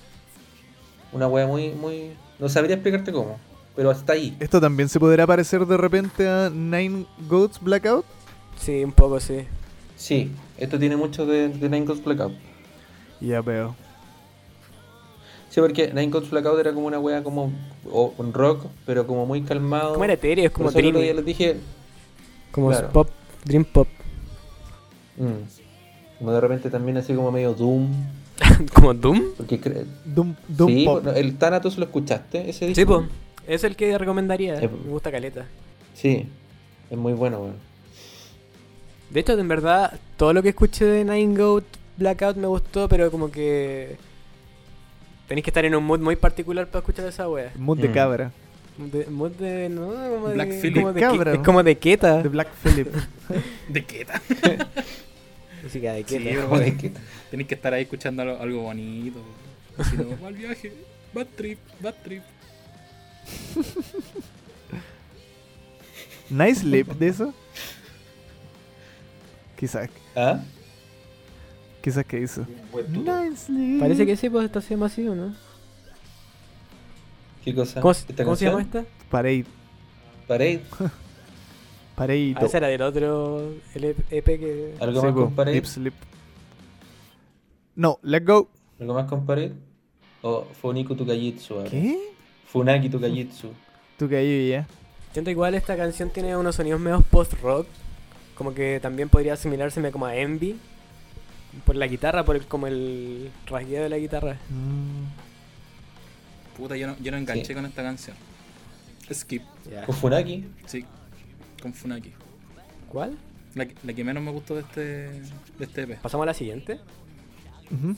Una wea muy, muy. No sabría explicarte cómo, pero hasta ahí. Esto también se podrá parecer de repente a Nine Goats Blackout. Sí, un poco, sí. Sí, esto tiene mucho de, de Nine Goats Blackout. Ya veo. Sí, porque Nine Goats Blackout era como una wea como o, un rock, pero como muy calmado. Como era etéreo, es Por como eso el otro día Dreamy. les dije, Como Claro. pop, dream pop. Mm. Como de repente también así como medio Doom. ¿Como Doom? Porque cre- Doom, Doom sí, pues, Pop. bueno, el Thanatos lo escuchaste ese disco. Sí, po. Es el que recomendaría. Sí, po. Me gusta caleta. Sí, es muy bueno, weón. De hecho, en verdad, todo lo que escuché de Nine Goat Blackout me gustó, pero como que. Tenéis que estar en un mood muy particular para escuchar esa wea. Mood de Mm. cabra. De, mood de. No, como de. Black Phillip. como de, De que- cabra. Es como de queta. De Black Phillip. ¿De qué tal? Música ah, de Sí, queta. pero Joder, que- Tenéis que estar ahí escuchando algo, algo bonito. Si no, mal viaje. Bad trip, bad trip. nice Lip de eso. Quizás, ¿Ah? quizás que hizo. Buen tuto. Nice Lip. Parece que sí, pues está siendo así, ¿o no? ¿Qué cosa? ¿Cómo, se- ¿Esta cómo se llama canción? esta? Parade. Parade. Parade. Ah, esa era del otro E LP EP que. ¿Algo Sí, más po, con Parade? Lip Slip. No, let go. ¿Algo más con Parade? O Funiku Tukajitsu. ahora. ¿Qué? Funaki Tukajitsu. Tú que ahí ya. Siento igual esta canción tiene unos sonidos medio post-rock, como que también podría asimilárseme como a Envy, por la guitarra, por el, como el rasgueo de la guitarra. Mm. Puta, yo no, yo no enganché Sí. con esta canción. Skip, ¿Con Funaki? sí. Con Funaki. ¿Cuál? La, que- la que menos me gustó de este, de este EP. ¿Pasamos a la siguiente? Ujú.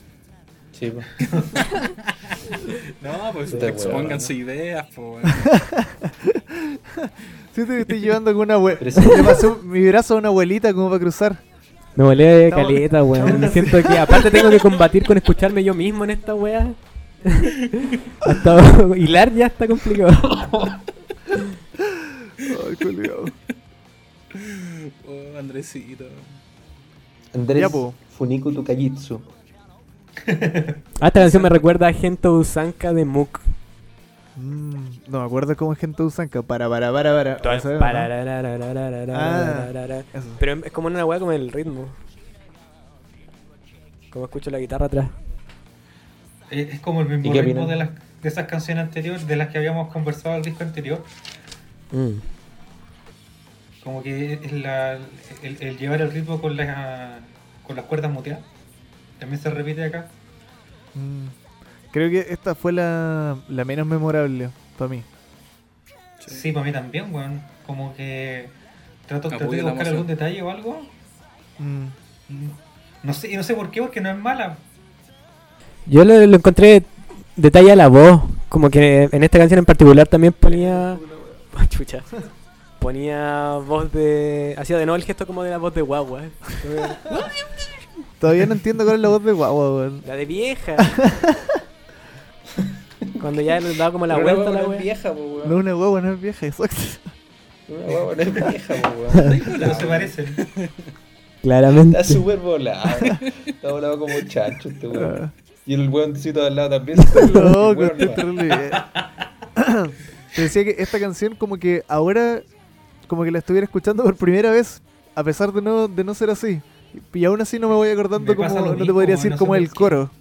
Sí, po. No, pues Esta huevona. expongan sus ideas, pues. Siento que estoy llevando con una abue- Pero sí. Le pasó mi brazo a una abuelita como para cruzar. Me volé de Estamos- caleta, weón. Me siento que aparte tengo que combatir con escucharme yo mismo en esta wea. Hasta hilar ya está complicado. Ay, culiao. Oh, Andresito. Andrés Ya, po. Funiku Tukajitsu. Ah, esta canción me recuerda a Gento Usanka de Mook. Mm, no me acuerdo cómo es gente usanca. Para, para, para, para. Todo es ¿Sabes, no? parararararararararararara. Eso. Pero es como una weá como el ritmo. Como escucho la guitarra atrás. Eh, Es, es como el ¿Y mismo qué ritmo opinan? de, las, de esas canciones anteriores, de las que habíamos conversado el disco anterior. Mm. Como que es la- el, el llevar el ritmo con, la, con las cuerdas muteadas. También se repite acá. Mm, Creo que esta fue la, la menos memorable para mí. Sí, para mí también, weón. Como que trato, Apoyo traté de la buscar emoción. algún detalle o algo. Mm, Mm, No sé, y no sé por qué, porque no es mala. Yo lo, lo encontré detalle a la voz. Como que en esta canción en particular también ponía. Ah, Chucha. Ponía voz de. Hacía de nuevo el gesto como de la voz de guagua. eh, Todavía no entiendo cuál es la voz de guau, weón. La de vieja. Cuando ya le daba como la Pero vuelta guagua a la no es wea. vieja, po, No es weón. una guagua, no es vieja, exacto. Una guagua no es vieja, po, weón. No se parecen. Claramente. Está súper volado. Está volado como un chancho este weón. Ah, Y el hueoncito de al lado también. Está Loco, Weón, estoy terrible. Te decía que esta canción como que ahora como que la estuviera escuchando por primera vez, a pesar de no, de no ser así. Y aún así no me voy acordando Me como, pasa lo no te mismo, podría no decir sé como por el qué. coro.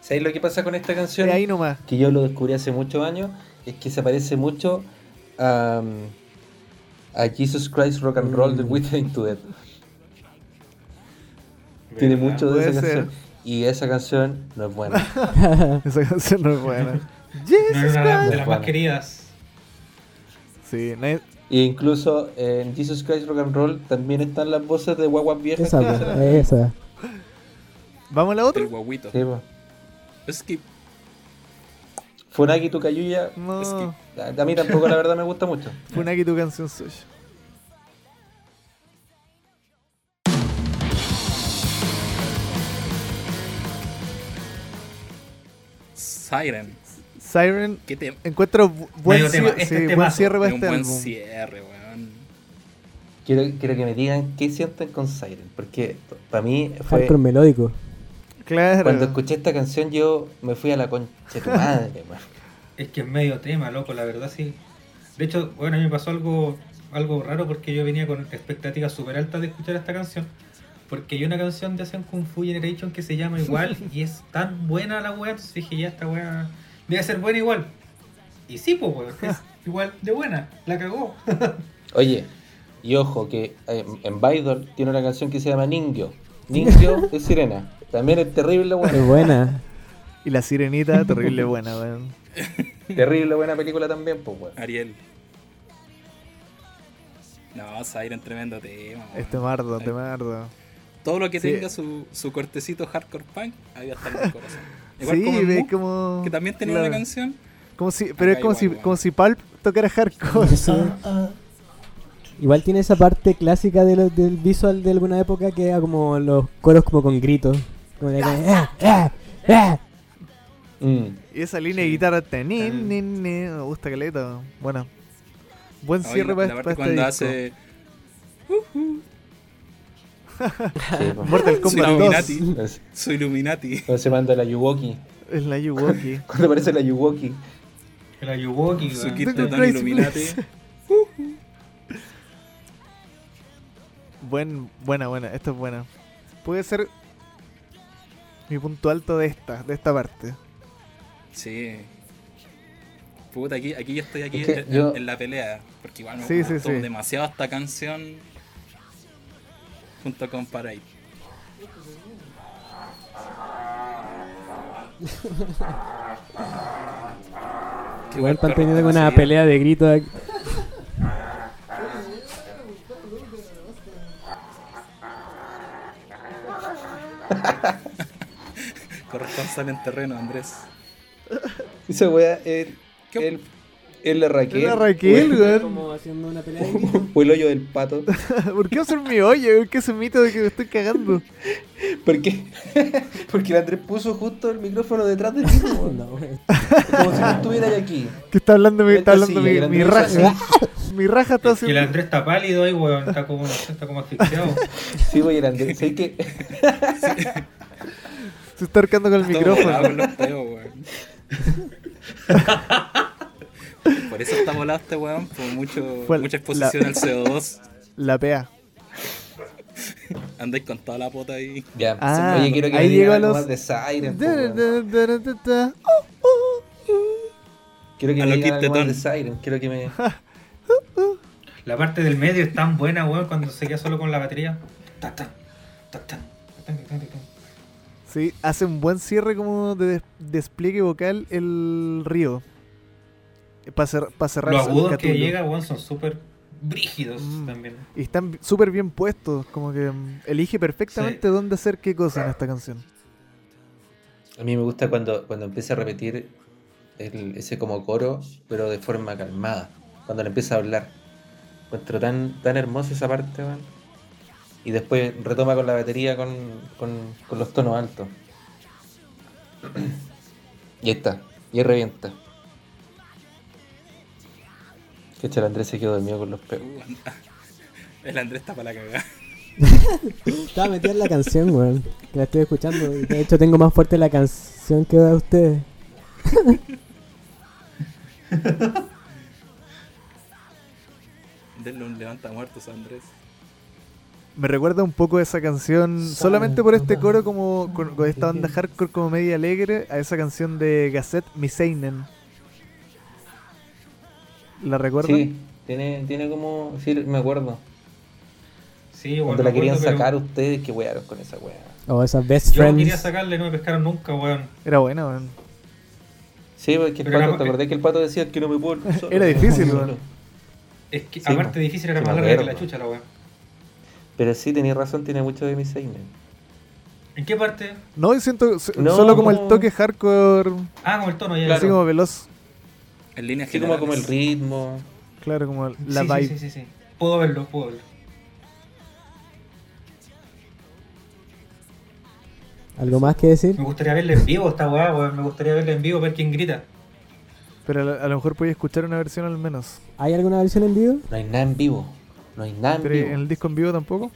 ¿Sabéis lo que pasa con esta canción? De ahí nomás. Que yo lo descubrí hace muchos años. Es que se parece mucho a, mm, a Jesus Christ Rock and Roll de Mm. Witness to Death. Tiene ¿Verdad? mucho de Puede esa ser. canción. Y esa canción no es buena. Esa canción no es buena. No era Jesus una de Christ. las Bueno. más queridas. Sí, nadie- E incluso en Jesus Christ Rock and Roll también están las voces de guaguas viejas. Esa, po, esa. ¿Vamos a la otra? El guaguito. Sí, po. Es que Funaki tu cayuya. Es No. que- A a mí tampoco la verdad me gusta mucho. Funaki tu canción suya. Siren. Siren, ¿Qué tema? encuentro bu- buen, Medio tema, cie- este sí, temazo. buen cierre para Es un este buen álbum. cierre, weón. Quiero, quiero que me digan qué sienten con Siren. Porque para mí fue. Hardcore melódico. Claro. Cuando escuché esta canción yo me fui a la concha de tu madre, man. Es que es medio tema, loco, la verdad sí. De hecho, bueno, a mí me pasó algo, algo raro porque yo venía con expectativas súper altas de escuchar esta canción. Porque hay una canción de Asian Kung Fu Generation que se llama igual y es tan buena la weá, entonces dije, ya, esta weá debe ser buena igual. Y sí, pues, weón, es igual de buena, la cagó. Oye, y ojo que eh, en Baidol tiene una canción que se llama Ningyo. Ningyo es sirena. También es terrible Qué buena. buena. Y la sirenita, terrible buena, weón. Terrible buena película también, pues weón. Ariel. No, Siren, tremendo tema. weón. Este mardo, este mardo. Todo lo que Sí. tenga su, su cortecito hardcore punk, ahí va a estar en el corazón. Igual Sí, como el ve Moog, como. que también tenía claro, una canción. Como si, pero es Acá como, igual, si, igual. como si Pulp tocara hardcore. Sí. Igual tiene esa parte clásica de lo- del visual de alguna época que era como los coros como con gritos. Como de- ¡Ah, ah, ah! Mm. Y esa línea de guitarra. Ni, Mm. ni, ni, me gusta caleta. Bueno. Buen Oye, cierre la para, parte para este cuando disco. hace Sí, po. Mortal su Kombat 2 Illuminati. Es- Su Illuminati. Cuando se manda la Yuwoki. es la Yuwoki. Cuando aparece la Yuwoki. La Yuwoki, Su weón. kit Tengo de Don Crazy Illuminati. Blue. Buen, buena, buena. Esta es buena. Puede ser mi punto alto de esta, de esta parte. Sí. Puta, aquí, aquí yo estoy aquí Es que en, yo- en la pelea. Porque igual me Sí, sí, gustó sí. demasiado esta canción. Junto con Parade. Qué Igual buen están perro teniendo que una consiguió. pelea de gritos. aquí. Corresponsal en terreno, Andrés. Esa weá es. ¿Qué? el- es la Raquel. Es la Raquel, o el- weón. Como haciendo una pelea de gritos. O el hoyo del pato. ¿Por qué hacer mi olla? ¿Por qué ese mito de que me estoy cagando? ¿Por qué? Porque el Andrés puso justo el micrófono detrás de ti, po, weón. No, güey. Como si no estuviera ahí aquí. Que está hablando, mi, está Esta hablando silla, mi, grande mi esa raja. mi raja está Y el haciendo. Andrés está pálido ahí, weón, está como, no sé, está como asfixiado. Sí, voy el Andrés. ¿Sabes qué? Se está arcando Ah, con el Todo micrófono. volado con los peos, weón. Por eso está volado este weón, por mucho, Fue la- mucha exposición la- al CO2. La PA. Andáis con toda la pota ahí. Ya, Ah, oye, quiero que ahí me digan llegó algo los- más de Siren. po, Da, weón. da, da, da, da, da. Oh, oh. Quiero que A me lo digan Kid algo más de Tetón. Siren. Quiero que me. La parte del medio es tan buena, weón, cuando se queda solo con la batería. Ta, ta, ta, ta, ta, ta, ta, ta. Sí, hace un buen cierre como de des- despliegue vocal el río. Para cerrar Los el agudos que Cthulhu. llega, weón, son súper brígidos Mm. también. Y están bi- súper bien puestos. Como que mm, elige perfectamente dónde hacer qué cosa en esta canción. A mí me gusta cuando, cuando empieza a repetir el- ese como coro, pero de forma calmada. Cuando le empieza a hablar. Encuentro tan, tan hermosa esa parte, weón. Y después retoma con la batería con, con- con los tonos altos. Y ahí está. Y ahí revienta. Que el Andrés se quedó dormido con los peos. Uh, anda. El Andrés está para la cagada. Estaba metida en la canción, weón. Que la estoy escuchando. y De hecho, tengo más fuerte la canción que de ustedes. Denle un levanta muertos a Andrés. Me recuerda un poco a esa canción, solamente por este coro como con, con esta banda hardcore como media alegre, a esa canción de Gazette Miseinen. ¿La recuerdan? Sí, tiene, tiene como. Sí, me acuerdo. Sí, igual Cuando la me querían acuerdo, pero sacar ustedes, que wearon con esa wea. O esas best Yo quería friends. sacarla y no me pescaron nunca, weón. Era buena, weón. Sí, porque el Pero pato, era- ¿te acordás que el pato decía que no me puedo ir solo? Era difícil, Solo. weón. Es que Sí, aparte po. difícil era Sí, más me larga que acuerdo. la chucha la weón. Pero sí, tenías razón, tiene mucho de mis seinen. ¿En qué parte? No, y siento s- No, solo como el no. toque hardcore, Ah, con el tono ya. Claro. así como veloz. En líneas Así como, como el generales. ritmo. Claro, como Sí, la sí, vibe. Sí, sí, sí, Puedo verlo, puedo verlo. ¿Algo más que decir? Me gustaría verla en vivo esta weá, weón. Me gustaría verla en vivo, ver quién grita. Pero a, lo- a lo mejor podía escuchar una versión al menos. ¿Hay alguna versión en vivo? No hay nada en vivo. No hay nada Ah, en Pero vivo. en el disco en vivo tampoco.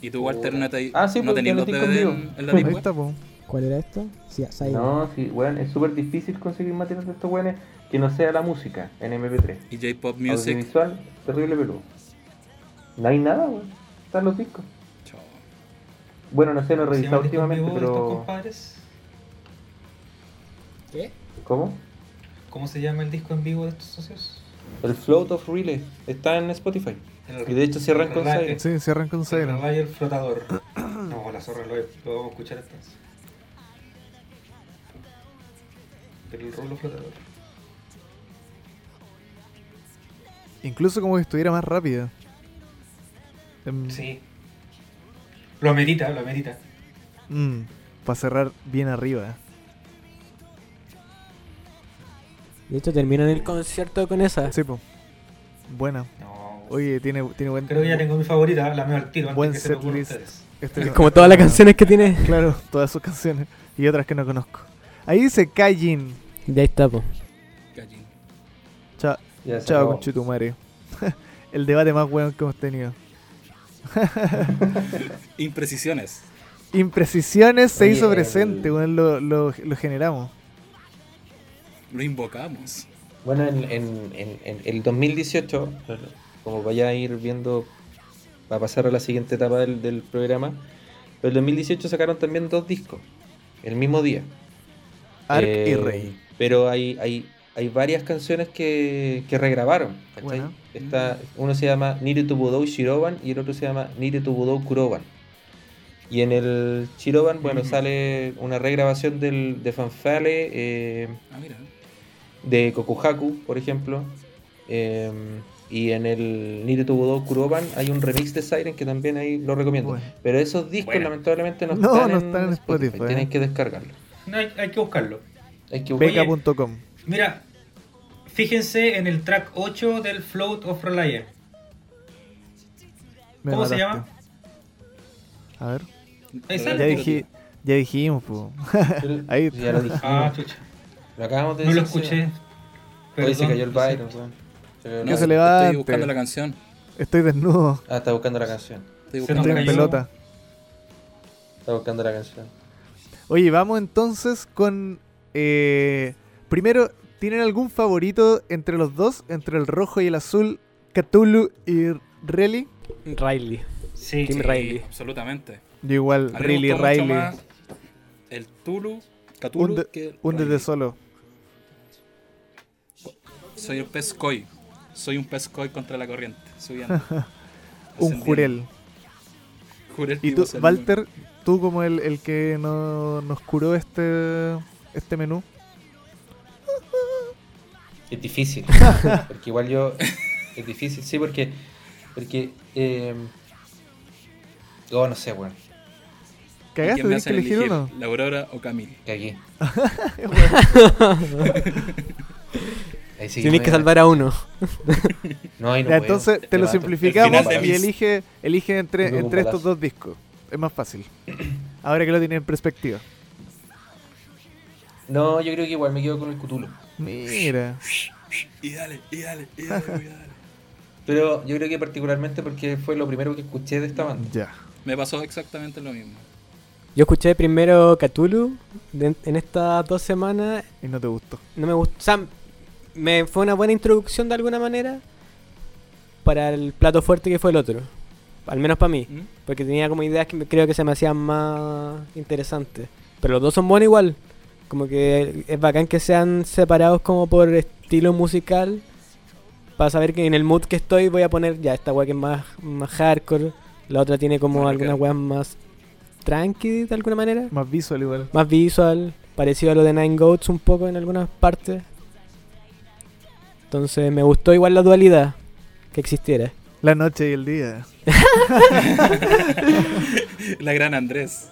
Y tú, Walter, no, te, Ah, sí, no porque tenías lo los estoy DVD en, conmigo. en la Ahí Deep Web. está, po. ¿Cuál era esta? Sí, Asylum. No, sí, weón, es súper difícil conseguir material de estos weones que no sea la música en MP3. Y J-Pop Music. Audiovisual, terrible peludo. No hay nada, weón. Están los discos. Chao. Bueno, no sé, no he ¿Se llama revisado el disco en últimamente, vivo de estos pero. compadres? ¿Qué? ¿Cómo? ¿Cómo se llama el disco en vivo de estos socios? El Float of Relay está en Spotify. El- Y de hecho cierran el con radio- Siren. Sí, cierran con El Siren. radio y el flotador. No, la zorra lo, lo vamos a escuchar entonces. Pero el rolo flotador. Incluso como que estuviera más rápida. Em, Sí. Lo amerita, lo amerita. para mm, cerrar bien arriba. De hecho, terminan el concierto con esa. Sí, po. Buena. No. Oye, tiene, tiene buen. Creo que ya tengo mi favorita, la meo al tiro antes Buen que se lo ocurra a setlist. ustedes. este- Como todas las canciones que tiene. Claro, todas sus canciones. Y otras que no conozco. Ahí dice Kajin. Ya está, po. Gallín. Chao, Ya se chao acabó. con El debate más weón que hemos tenido. Imprecisiones. Imprecisiones se Oye, hizo el- presente, weón, lo, lo- lo generamos. Lo invocamos. Bueno, en, en- en- en el 2018, como vaya a ir viendo, va a pasar a la siguiente etapa del, del programa, pero el 2018 sacaron también dos discos, el mismo día. Ark Eh, y Rey. Pero hay, hay, hay varias canciones que, que regrabaron. ¿cachai? Bueno. Está, uno se llama Nire to Budou Shiroban y el otro se llama Nire to Budou Kuroban. Y en el Shiroban, bueno, Ujú. sale una regrabación del, de Fanfale. eh, Ah, mira. de Kokuhaku, por ejemplo. Eh, y en el Nire to Budou Kuroban hay un remix de Siren que también ahí lo recomiendo. Bueno. Pero esos discos Bueno. lamentablemente no, No, están, no en están en Spotify, eh. Tienen que descargarlo. No, hay, hay que buscarlo. Hay que buscar- Beca.com. Mira, fíjense en el track 8 del Float of Reliant. Me ¿Cómo se mataste. A ver. Ahí Lo sale. Ya, del dije- ya dijimos, po. Pero- Ahí ya lo dijimos. Ah, chucha. Lo acabamos de No lo decir, escuché. sí. Hoy se Perdón, cayó el lo siento. Byron, weón. Se cayó el No, ¿Qué se Byron. le va Estoy antes? buscando la canción. Estoy desnudo. Ah, está buscando la canción. Estoy Se buscando nos Estoy la en cayó. canción. pelota. Está buscando la canción. Oye, vamos entonces con. eh, primero, ¿tienen algún favorito entre los dos? Entre el rojo y el azul, Cthulhu y Rally. Riley. Sí, Tim sí. Riley. Absolutamente. Yo igual, A mí me Rally, gustó mucho Riley. más El Tulu. Un Cthulhu. de- que Un Riley. desde solo. Soy el pez koi. Soy un pez koi contra la corriente. Subiendo. Un Ascendiendo. jurel. Jurel Y tipo tú, Selmo. Walter, tú como el, el que no- nos curó este, este menú. Es difícil. porque igual yo. Es difícil, sí, porque. Porque. Eh... Oh, no sé, weón. ¿Y ¿Cagaste? quién me ¿Tienes que hacen elegir uno? ¿La Aurora o Camille? Cagué. Ahí sí Tienes no que voy a- salvar a uno. No, ahí no Ya, puedo. entonces te lo mato. El simplificamos final de y Mist. elige, elige entre, Luego un entre estos balazo. dos discos. Es más fácil. Ahora que lo tienen en perspectiva. No, yo creo que igual me quedo con el Cthulhu. Mira. Y dale, y dale, y dale, y dale. Pero yo creo que particularmente porque fue lo primero que escuché de esta banda. Ya. Me pasó exactamente lo mismo. Yo escuché primero Cthulhu de- en estas dos semanas Y no te gustó. no me gustó. O sea, me fue una buena introducción de alguna manera para el plato fuerte que fue el otro. Al menos para mí. ¿Mm? Porque tenía como ideas que me- creo que se me hacían más interesantes. Pero los dos son buenos igual. Como que es bacán que sean separados como por estilo musical. Para saber que en el mood que estoy voy a poner ya esta weá que es más, más hardcore. La otra tiene como Más algunas hardcore. weas más tranqui de alguna manera Más visual igual. más visual, parecido a lo de Nine Goats un poco en algunas partes. Entonces me gustó igual la dualidad que existiera. La noche y el día. La gran Andrés.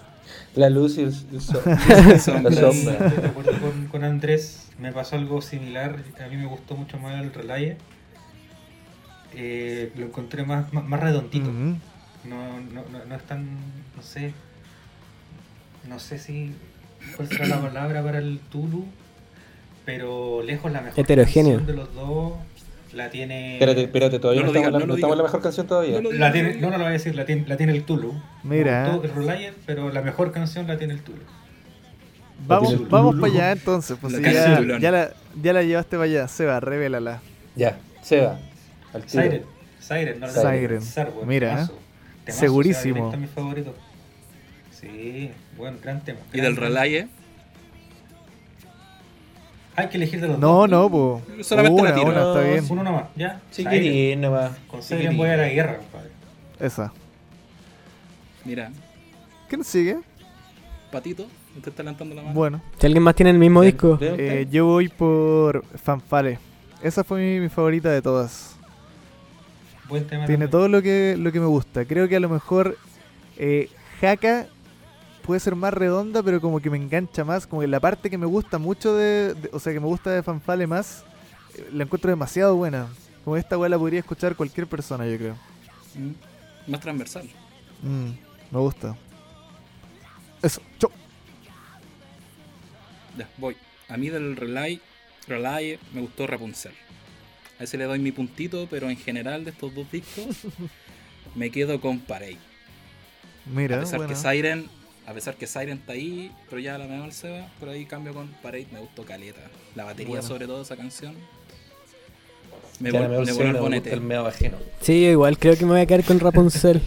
La luz y el, el sol. Son La las- sombra. Estoy de acuerdo con, con Andrés, me pasó algo similar. A mí me gustó mucho más el Relaye. Eh, lo encontré más, más, más redondito. Ujú. No, no, no, no es tan. No sé. No sé si. ¿Cuál será la palabra para el Tulu? Pero lejos la mejor Heterogéneo. canción de los dos la tiene. Espérate, espérate, todavía No no, lo digas, estamos, no lo hablando- no estamos en la digas. mejor canción No todavía. lo La tiene, no, no lo voy a decir, la tiene, la tiene el Tulu. Ah. Mira. ¿eh? No, el Relayer, pero la mejor canción la tiene el Tulu. Vamos, Tulu. vamos para allá entonces. Pues La si casa ya, de Lulón. ya la, ya la llevaste para allá. Seba, revélala. Ya, se va. Al tiro. Siren, Siren, no la Siren. tengo que pensar, weón. Mira, Temazo. ¿eh? Temazo, Segurísimo. o sea, directo a mis favoritos. Sí, buen gran tema. Y del Gran- Relaye. Hay que elegir de los No, dos. no, po. Solamente una, la tiro. una, está bien. Uno nomás, ya. Siren. Chiquitín nomás. Con Siren Chiquitín. voy a la guerra, compadre. Esa. Mira, ¿Quién sigue? Patito, usted está levantando la mano. Bueno, Si alguien más tiene el mismo disco, ¿De- de- eh, yo voy por Fanfare. Esa fue mi, mi favorita de todas. Buen tema. Tiene también. todo lo que, lo que me gusta. Creo que a lo mejor eh, Haka puede ser más redonda, pero como que me engancha más. Como que la parte que me gusta mucho de. de- o sea, que me gusta de Fanfale más, eh, la encuentro demasiado buena. Como esta weá la podría escuchar cualquier persona, yo creo. Mm. Más transversal. Mm, me gusta. Eso, chau. Ya, voy. A mí del Relay, Relay me gustó Rapunzel. A ese le doy mi puntito, pero en general de estos dos discos me quedo con Parey. Mira, A pesar bueno. que Siren, a pesar que Siren está ahí, pero ya a la menor se va, por ahí cambio con Parade, me gustó caleta. La batería Bueno. sobre todo de esa canción. Me, este. vol- Ya la mejor me sí, voló el no me gusta bonete. el meado ajeno. sí, yo igual creo que me voy a quedar con Rapunzel.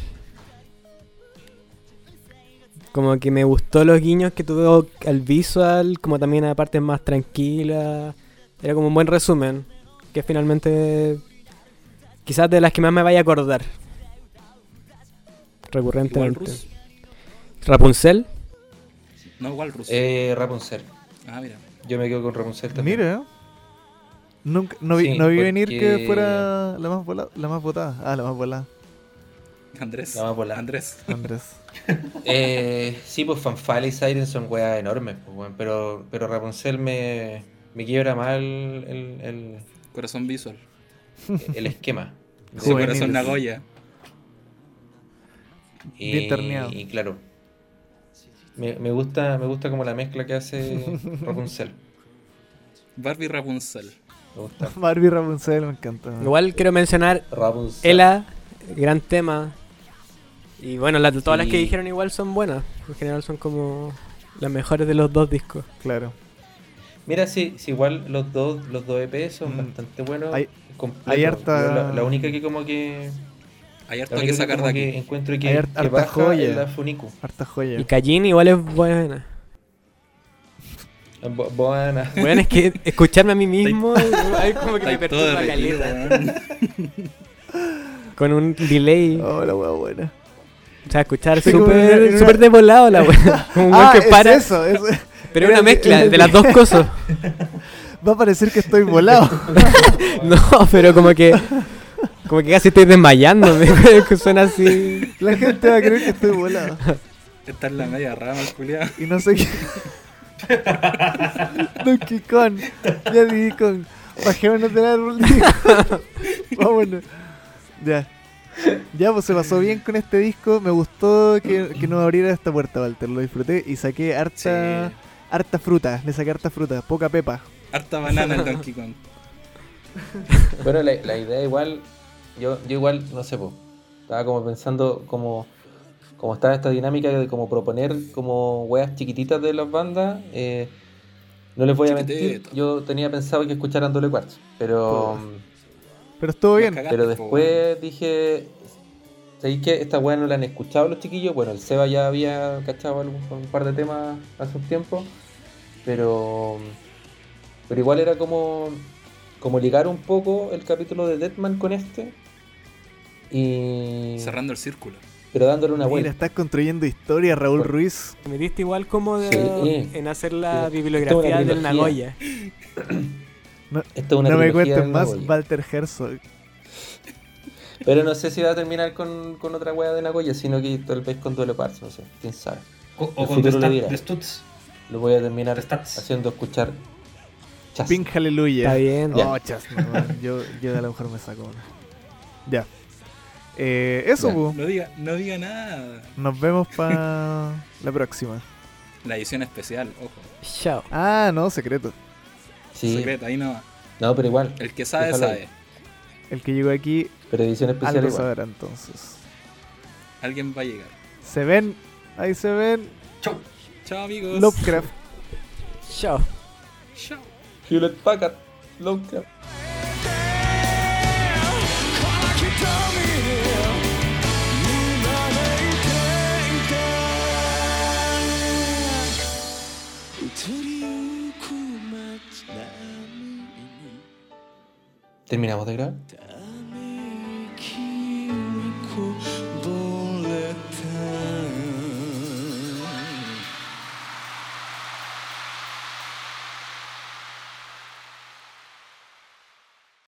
como que me gustó los guiños que tuvo al visual, como también a partes más tranquilas. Era como un buen resumen, que finalmente quizás de las que más me vaya a acordar. Igual Recurrentemente. Rus. Rapunzel. No, igual Rus. Eh, Rapunzel. Ah, mira. Yo me quedo con Rapunzel también. Mira. Nunca, no vi, Sí, no vi venir que porque- fuera la más, vola- la más votada. Ah, la más volada, Andrés. La va a volar. Andrés. Andrés. Eh, sí, pues Fanfale y Siren son weas enormes, pues, weón, pero, pero Rapunzel me, me quiebra más el, el- el- Corazón visual. el esquema. Ese Juvenil. corazón Nagoya. Y, Bien terneado. y claro, me, me gusta, me gusta como la mezcla que hace Rapunzel. Barbie Rapunzel. Me gusta. Barbie Rapunzel me encanta. Igual quiero mencionar Rapunzel. Ela, gran tema. Y bueno, la- todas las que Sí. dijeron igual son buenas. En general son como las mejores de los dos discos. Claro. Mira, sí, sí, igual los dos, los dos EP son Mm. bastante buenos. Hay- completos. hay harta- Yo La, la única que como que, Hay la harto única que que sacar de como aquí. que encuentro que, Hay har- que harta baja joya. es la Funicu. Harta joya. Y Callín igual es buena. Bo- Boana. Bueno, es que escucharme a mí mismo es como que me Está todo perturba derretido, caleta. weón. Con un delay. Oh, la wea buena. O sea, escuchar Sí, como en una- en súper una- súper de volado la wea. Como un weón ah, que es para. eso. es- Pero una mezcla de las dos cosas. Va a parecer que estoy volado. No, pero como que. Como que casi estoy desmayándome. que Suena así. La gente va a creer que estoy volado. Está en la media rama, el culiao. Y no sé qué. Donkey Kong. Ya di con. Bajémonos del árbol. Vámonos. Ah, Ya. Ya, pues se pasó bien con este disco. Me gustó que, que nos abriera esta puerta, Walter. Lo disfruté y saqué harta, Sí. harta fruta. Le saqué harta fruta. Poca pepa. Harta banana el Donkey Kong. Bueno, la, la idea igual, yo, yo igual, no sé, po, estaba como pensando como como está esta dinámica de como proponer como weas chiquititas de las bandas, eh, no les voy a mentir, Chiquitito. yo tenía pensado que escucharan Doble Cuartz, pero, mm, Pero estuvo Nos bien. cagaste, pero po, weón. después dije, ¿sabéis que esta wea no la han escuchado los chiquillos? Bueno, el Seba ya había cachado algún- un par de temas hace un tiempo, pero, pero igual era como, como ligar un poco el capítulo de Deadman con este. Y... Cerrando el círculo. Pero dándole una Mira, vuelta. estás construyendo historia, Raúl Por- Ruiz. Te metiste igual como de- Sí. en hacer la Sí. Esto es bibliografía una del trilogía. Nagoya. Esto es una no me trilogía cuentes de más, Nagoya. Walter Herzog. Pero no sé si va a terminar con, con otra wea de Nagoya, sino que tal vez con Duelo Parts, no sé, quién sabe. O, o El con The, futuro le Stat- dirá. The Studs. Lo voy a terminar The Stats. haciendo escuchar chas. Pink Hallelujah. Está bien. Ya. Oh, chas, no, man. yo, yo a lo mejor me saco una. Ya. Eh, eso, Ya. pu. No diga, no diga nada. Nos vemos para la próxima. La edición especial, ojo. Chao. Ah, no, secreto. Sí, Secreto, ahí no. no, pero igual. El que sabe, Déjalo sabe. ahí. El que llegó aquí, Pero edición especial algo igual. sabrá entonces. Alguien va a llegar. Se ven, ahí se ven. Chau. Chao, amigos. Lovecraft. Chao. Chao. Hewlett Packard, Lovecraft. 移りゆく街並みに ¿Terminamos de grabar? 「旅